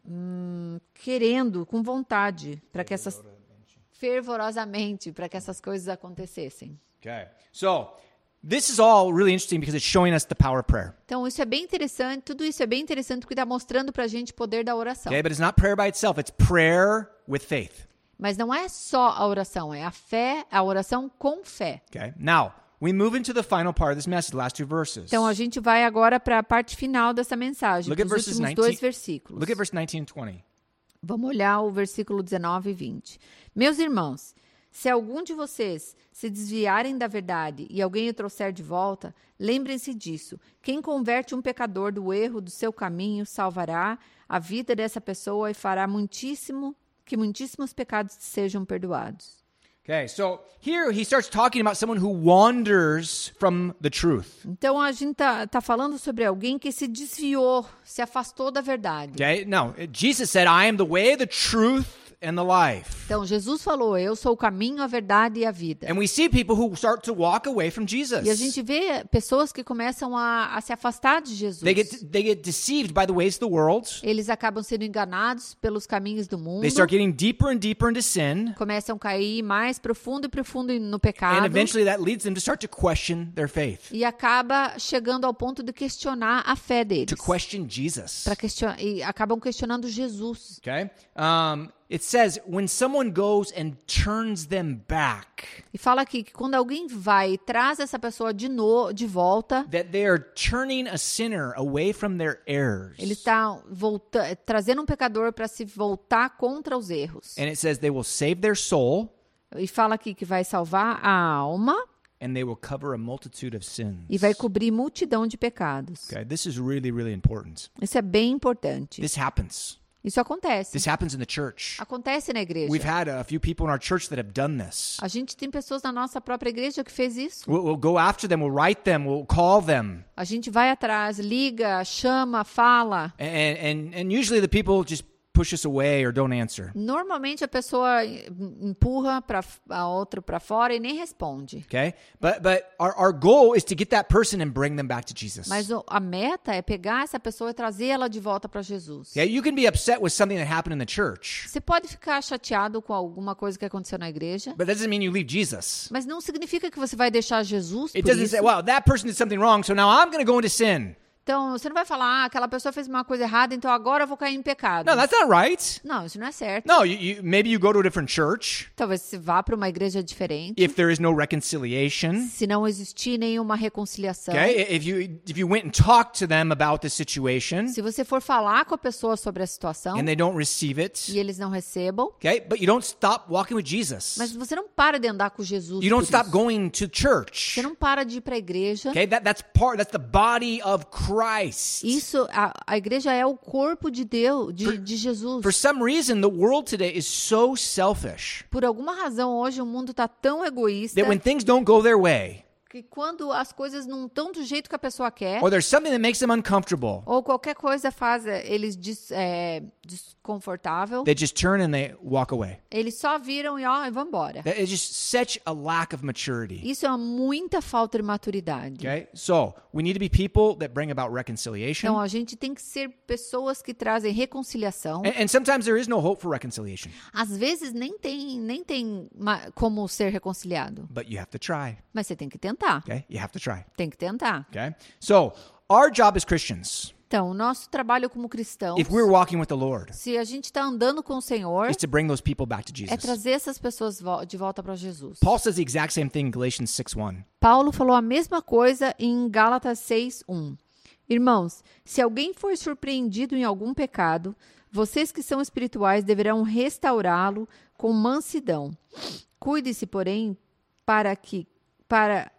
[SPEAKER 4] hum, querendo, com vontade, para que essas fervorosamente para que essas coisas acontecessem.
[SPEAKER 3] Okay. So, this is all really interesting because it's showing us the power of prayer.
[SPEAKER 4] Então isso é bem interessante, tudo isso é bem interessante porque está mostrando para a gente o poder da oração.
[SPEAKER 3] Okay? But it's not prayer by itself, it's prayer with faith.
[SPEAKER 4] Mas não é só a oração, é a fé, a oração com fé.
[SPEAKER 3] Okay. Now, we move into the final part of this message, the last two verses.
[SPEAKER 4] Então a gente vai agora para a parte final dessa mensagem,
[SPEAKER 3] Look at
[SPEAKER 4] os
[SPEAKER 3] verses
[SPEAKER 4] últimos
[SPEAKER 3] 19.
[SPEAKER 4] dois versículos.
[SPEAKER 3] Look at verse 19 and 20.
[SPEAKER 4] Vamos olhar o versículo 19 e 20. Meus irmãos, se algum de vocês se desviarem da verdade e alguém o trouxer de volta, lembrem-se disso. Quem converte um pecador do erro do seu caminho salvará a vida dessa pessoa e fará muitíssimo que muitíssimos pecados sejam perdoados.
[SPEAKER 3] Okay, so here he starts talking about someone who wanders from the truth.
[SPEAKER 4] Então a gente tá, tá falando sobre alguém que se desviou, se afastou da verdade.
[SPEAKER 3] Okay, no, Jesus said, I am the way, the truth, and the life.
[SPEAKER 4] Então Jesus falou: Eu sou o caminho, a verdade e a vida.
[SPEAKER 3] And we see people who start to walk away from
[SPEAKER 4] E a
[SPEAKER 3] Jesus.
[SPEAKER 4] gente vê pessoas que começam a, a se afastar de Jesus.
[SPEAKER 3] They get, they get deceived by the ways of the world.
[SPEAKER 4] Eles acabam sendo enganados pelos caminhos do mundo.
[SPEAKER 3] They start getting deeper and deeper into sin.
[SPEAKER 4] Começam a cair mais profundo e profundo no
[SPEAKER 3] And
[SPEAKER 4] pecado.
[SPEAKER 3] eventually that leads them to start to question their faith,
[SPEAKER 4] E acaba chegando ao ponto de questionar a fé
[SPEAKER 3] to
[SPEAKER 4] deles.
[SPEAKER 3] question Jesus.
[SPEAKER 4] Pra question... E acabam questionando Jesus.
[SPEAKER 3] Okay? Um, it says, when someone goes and turns them back,
[SPEAKER 4] E fala aqui que quando alguém vai e traz essa pessoa de, no... de volta,
[SPEAKER 3] that they are turning a sinner away from their errors.
[SPEAKER 4] ele está volta... trazendo um pecador para se voltar contra os erros.
[SPEAKER 3] And it says they will save their soul
[SPEAKER 4] E fala aqui que vai salvar a alma
[SPEAKER 3] and they will cover a multitude of sins.
[SPEAKER 4] e vai cobrir multidão de pecados.
[SPEAKER 3] Okay, this is really, really important.
[SPEAKER 4] Isso é bem importante.
[SPEAKER 3] This happens.
[SPEAKER 4] Isso acontece.
[SPEAKER 3] This happens in the church.
[SPEAKER 4] Acontece na
[SPEAKER 3] We've
[SPEAKER 4] igreja.
[SPEAKER 3] had a few people in our church that have done this.
[SPEAKER 4] A gente tem pessoas na nossa própria igreja que fez isso.
[SPEAKER 3] We'll, we'll go after them, we'll write them, we'll call them.
[SPEAKER 4] A gente vai atrás, liga, chama, fala.
[SPEAKER 3] And, and, and usually the people just push us away or don't answer.
[SPEAKER 4] Normalmente a pessoa empurra para a outra para fora e nem responde.
[SPEAKER 3] Okay? But but our, our goal is to get that person and bring them back to Jesus.
[SPEAKER 4] Mas o- a meta é pegar essa pessoa e trazer ela de volta para Jesus.
[SPEAKER 3] Yeah, you can be upset with something that happened in the church,
[SPEAKER 4] Você pode ficar chateado com alguma coisa que aconteceu na igreja,
[SPEAKER 3] but that doesn't mean you leave Jesus.
[SPEAKER 4] mas não significa que você vai deixar Jesus
[SPEAKER 3] It
[SPEAKER 4] por
[SPEAKER 3] doesn't
[SPEAKER 4] isso.
[SPEAKER 3] say, well, that person did something wrong, so now I'm going to go into sin.
[SPEAKER 4] Então, você não vai falar, ah, aquela pessoa fez uma coisa errada, então agora eu vou cair em pecado.
[SPEAKER 3] No, that's not right.
[SPEAKER 4] Não, isso não é certo.
[SPEAKER 3] No, you, you, maybe you go to a different church
[SPEAKER 4] Talvez você vá para uma igreja diferente,
[SPEAKER 3] if there is no reconciliation.
[SPEAKER 4] se não existir nenhuma reconciliação.
[SPEAKER 3] Okay, if you if you went and talked to them about the situation
[SPEAKER 4] Se você for falar com a pessoa sobre a situação
[SPEAKER 3] and they don't receive it,
[SPEAKER 4] e eles não recebam,
[SPEAKER 3] okay, but you don't stop walking with
[SPEAKER 4] mas
[SPEAKER 3] Jesus.
[SPEAKER 4] você não para de andar com Jesus.
[SPEAKER 3] You don't
[SPEAKER 4] por
[SPEAKER 3] stop é
[SPEAKER 4] isso.
[SPEAKER 3] going to church.
[SPEAKER 4] Você não para de ir para a igreja.
[SPEAKER 3] Okay, that that's part. That's the body of Christ.
[SPEAKER 4] Isso, a, a igreja é o corpo de Deus, de, de Jesus.
[SPEAKER 3] For some reason, the world today is so selfish
[SPEAKER 4] Por alguma razão, hoje o mundo está tão egoísta
[SPEAKER 3] that when things don't go their way,
[SPEAKER 4] que quando as coisas não estão do jeito que a pessoa quer,
[SPEAKER 3] or there's something that makes them uncomfortable,
[SPEAKER 4] ou qualquer coisa faz eh, eles des, é, desconfortável,
[SPEAKER 3] they just turn and they walk away.
[SPEAKER 4] eles só viram e ó, e vão embora.
[SPEAKER 3] That is just such a lack of maturity.
[SPEAKER 4] Isso é uma muita falta de maturidade.
[SPEAKER 3] Okay, so we need to be people that bring about reconciliation,
[SPEAKER 4] Então a gente tem que ser pessoas que trazem reconciliação.
[SPEAKER 3] and, and sometimes there is no hope for reconciliation,
[SPEAKER 4] Às vezes nem tem nem tem ma- como ser reconciliado,
[SPEAKER 3] but you have to try.
[SPEAKER 4] mas você tem que tentar.
[SPEAKER 3] Okay, you have to try.
[SPEAKER 4] Tem que tentar.
[SPEAKER 3] Okay, so our job as Christians,
[SPEAKER 4] Então, o nosso trabalho como cristãos,
[SPEAKER 3] if we're walking with the Lord,
[SPEAKER 4] se a gente está andando com o Senhor,
[SPEAKER 3] is to bring those people back to
[SPEAKER 4] é
[SPEAKER 3] Jesus.
[SPEAKER 4] trazer essas pessoas vo- de volta para Jesus.
[SPEAKER 3] Paul says the exact same thing in Galatians 6 1.
[SPEAKER 4] Paulo falou a mesma coisa em Gálatas 6:1. Irmãos, se alguém for surpreendido em algum pecado, vocês que são espirituais deverão restaurá-lo com mansidão. Cuide-se, porém, para que para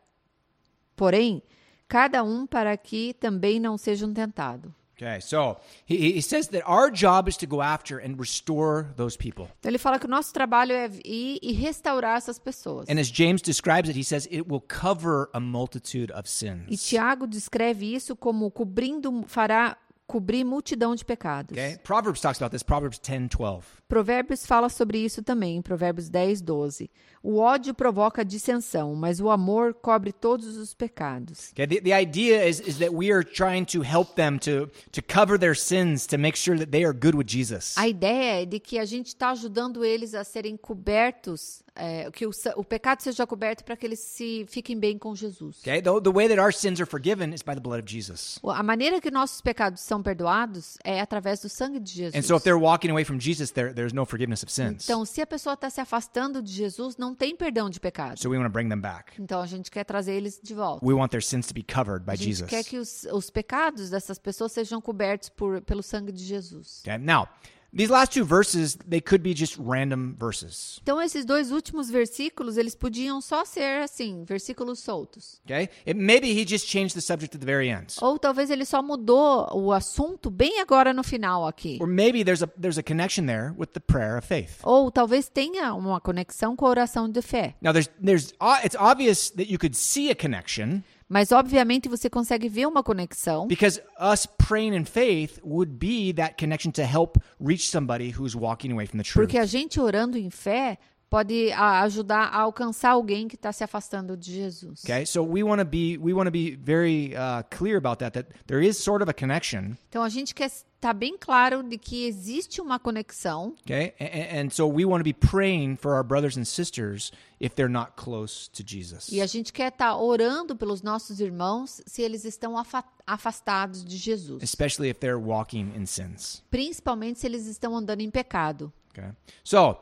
[SPEAKER 4] porém cada um para que também não sejam tentado.
[SPEAKER 3] Okay, so he, he says that our job is to go after and restore those people.
[SPEAKER 4] Então ele fala que o nosso trabalho é ir e restaurar essas pessoas.
[SPEAKER 3] And as James describes it, he says it will cover a multitude of
[SPEAKER 4] E
[SPEAKER 3] sins.
[SPEAKER 4] Tiago descreve isso como cobrindo fará cobrir multidão de pecados.
[SPEAKER 3] Okay, Proverbs talks about this, Proverbs 10 12.
[SPEAKER 4] Provérbios fala sobre isso também, em Provérbios 10, 12. O ódio provoca dissensão, mas o amor cobre todos os pecados.
[SPEAKER 3] Okay, the, the idea is, is that we are trying to help them to, to cover their sins to make sure that they are good with Jesus.
[SPEAKER 4] A ideia é de que a gente está ajudando eles a serem cobertos, é, que o, sa- o pecado seja coberto para que eles se fiquem bem com Jesus.
[SPEAKER 3] Okay, the, the way that our sins are forgiven is by the blood of Jesus.
[SPEAKER 4] A maneira que nossos pecados são perdoados é através do sangue de Jesus.
[SPEAKER 3] And so if they're walking away from Jesus, there, there's no forgiveness of sins.
[SPEAKER 4] Então, se a pessoa está se afastando de Jesus, não tem perdão de pecado.
[SPEAKER 3] So we want to bring them back.
[SPEAKER 4] Então, a gente quer trazer eles de volta.
[SPEAKER 3] We want their sins to be covered by
[SPEAKER 4] A gente
[SPEAKER 3] Jesus.
[SPEAKER 4] quer que os, os pecados dessas pessoas sejam cobertos por, pelo sangue de Jesus.
[SPEAKER 3] Okay. Now, these last two verses, they could be just random verses.
[SPEAKER 4] Então, esses dois últimos versículos, eles podiam só ser assim, versículos soltos.
[SPEAKER 3] Okay. It, maybe he just changed the subject at the very end.
[SPEAKER 4] Ou talvez ele só mudou o assunto bem agora no final aqui.
[SPEAKER 3] Or maybe there's a there's a connection there with the prayer of faith.
[SPEAKER 4] Ou talvez tenha uma conexão com a oração de fé.
[SPEAKER 3] Now there's there's o- it's obvious that you could see a connection
[SPEAKER 4] Mas, obviamente, você consegue ver uma conexão,
[SPEAKER 3] because us praying in faith would be that connection to help reach somebody who's walking away from the truth.
[SPEAKER 4] porque a gente orando em fé pode a- ajudar a alcançar alguém que está se afastando de Jesus.
[SPEAKER 3] Okay, so we want to be we want to be very uh, clear about that. That there is sort of a connection.
[SPEAKER 4] Então, a gente quer estar bem claro de que existe uma conexão
[SPEAKER 3] Okay, and, and so we want to be praying for our brothers and sisters if they're not close to Jesus.
[SPEAKER 4] E a gente quer estar orando pelos nossos irmãos se eles estão afa- afastados de Jesus,
[SPEAKER 3] especially if they're walking in sins.
[SPEAKER 4] principalmente se eles estão andando em pecado.
[SPEAKER 3] Okay, so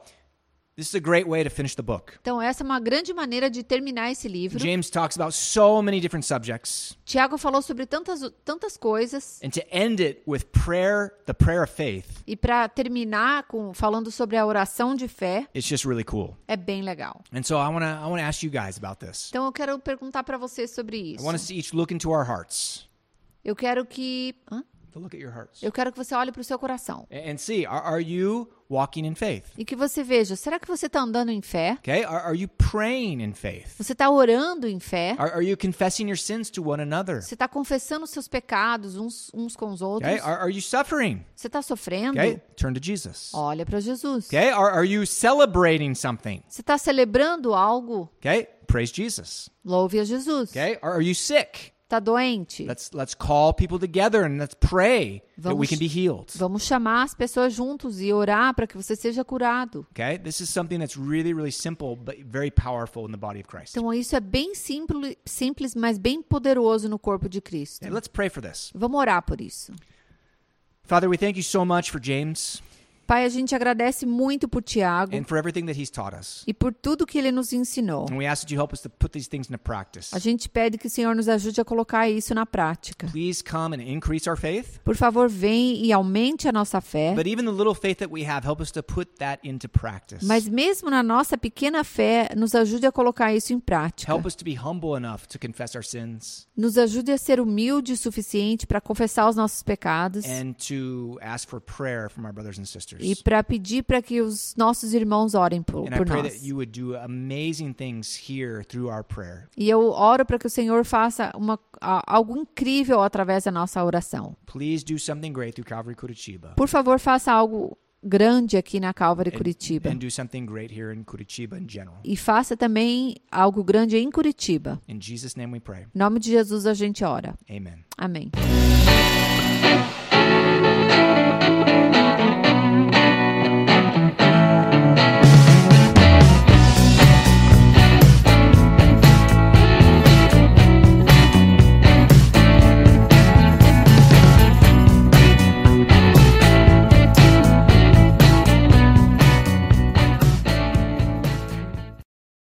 [SPEAKER 3] this is a great way to finish the book.
[SPEAKER 4] Então, essa é uma grande maneira de terminar esse livro.
[SPEAKER 3] James talks about so many different subjects,
[SPEAKER 4] Tiago falou sobre tantas, tantas coisas.
[SPEAKER 3] and to end it with prayer, the prayer of faith,
[SPEAKER 4] E para terminar com falando sobre a oração de fé,
[SPEAKER 3] it's just really cool.
[SPEAKER 4] é bem legal.
[SPEAKER 3] And so I want to I want to ask you guys about this.
[SPEAKER 4] Então, eu quero perguntar para vocês sobre
[SPEAKER 3] I
[SPEAKER 4] isso.
[SPEAKER 3] want us to each look into our hearts.
[SPEAKER 4] Eu quero que. hã?
[SPEAKER 3] To look at your hearts.
[SPEAKER 4] Eu quero que você olhe para o seu coração
[SPEAKER 3] and and see are, are you walking in faith
[SPEAKER 4] e que você veja: será que você está andando em fé?
[SPEAKER 3] okay are, are you praying in faith
[SPEAKER 4] Você está orando em fé?
[SPEAKER 3] are, are you confessing your sins to one another
[SPEAKER 4] Você está confessando os seus pecados uns, uns com os outros?
[SPEAKER 3] okay are, are you suffering
[SPEAKER 4] Você está sofrendo?
[SPEAKER 3] okay turn to jesus
[SPEAKER 4] Olha para Jesus.
[SPEAKER 3] okay are, are you celebrating something
[SPEAKER 4] Você está celebrando algo?
[SPEAKER 3] okay praise jesus
[SPEAKER 4] Louve a Jesus.
[SPEAKER 3] okay are, are you sick
[SPEAKER 4] Está está doente.
[SPEAKER 3] Let's let's call people together and let's pray that we
[SPEAKER 4] Vamos-
[SPEAKER 3] can be healed.
[SPEAKER 4] Vamos chamar as pessoas juntos e orar para que você seja curado.
[SPEAKER 3] Okay? This is something that's really really simple but very powerful in the body of Christ.
[SPEAKER 4] Então isso é bem simples, simples, mas bem poderoso no corpo de Cristo.
[SPEAKER 3] Okay, let's pray for this.
[SPEAKER 4] Vamos orar por isso.
[SPEAKER 3] Father, we thank you so much for James
[SPEAKER 4] Pai, a gente agradece muito por Tiago
[SPEAKER 3] and for everything that he's taught us.
[SPEAKER 4] e por tudo que ele nos ensinou.
[SPEAKER 3] And we ask that you help us to put these things into practice.
[SPEAKER 4] A gente pede que o Senhor nos ajude a colocar isso na prática.
[SPEAKER 3] Please come and increase our faith.
[SPEAKER 4] Por favor, vem e aumente a nossa fé.
[SPEAKER 3] But even the little faith that we have, help us to put that into practice.
[SPEAKER 4] Mas mesmo na nossa pequena fé, nos ajude a colocar isso em prática.
[SPEAKER 3] Help us to be humble enough to confess our sins
[SPEAKER 4] Nos ajude a ser humilde o suficiente para confessar os nossos pecados
[SPEAKER 3] and to ask for prayer from our brothers and sisters.
[SPEAKER 4] e para pedir para que os nossos irmãos orem por,
[SPEAKER 3] And I
[SPEAKER 4] por
[SPEAKER 3] pray
[SPEAKER 4] nós.
[SPEAKER 3] that you would do amazing things here through our prayer.
[SPEAKER 4] E eu oro para que o Senhor faça uma- a- algo incrível através da nossa oração.
[SPEAKER 3] Please do something great through Calvary Curitiba.
[SPEAKER 4] Por favor, faça algo grande aqui na Calvary Curitiba.
[SPEAKER 3] And do something great here in Curitiba in general.
[SPEAKER 4] E faça também algo grande em Curitiba.
[SPEAKER 3] In Jesus' name we pray.
[SPEAKER 4] Em nome de Jesus a gente ora.
[SPEAKER 3] Amen.
[SPEAKER 4] Amém.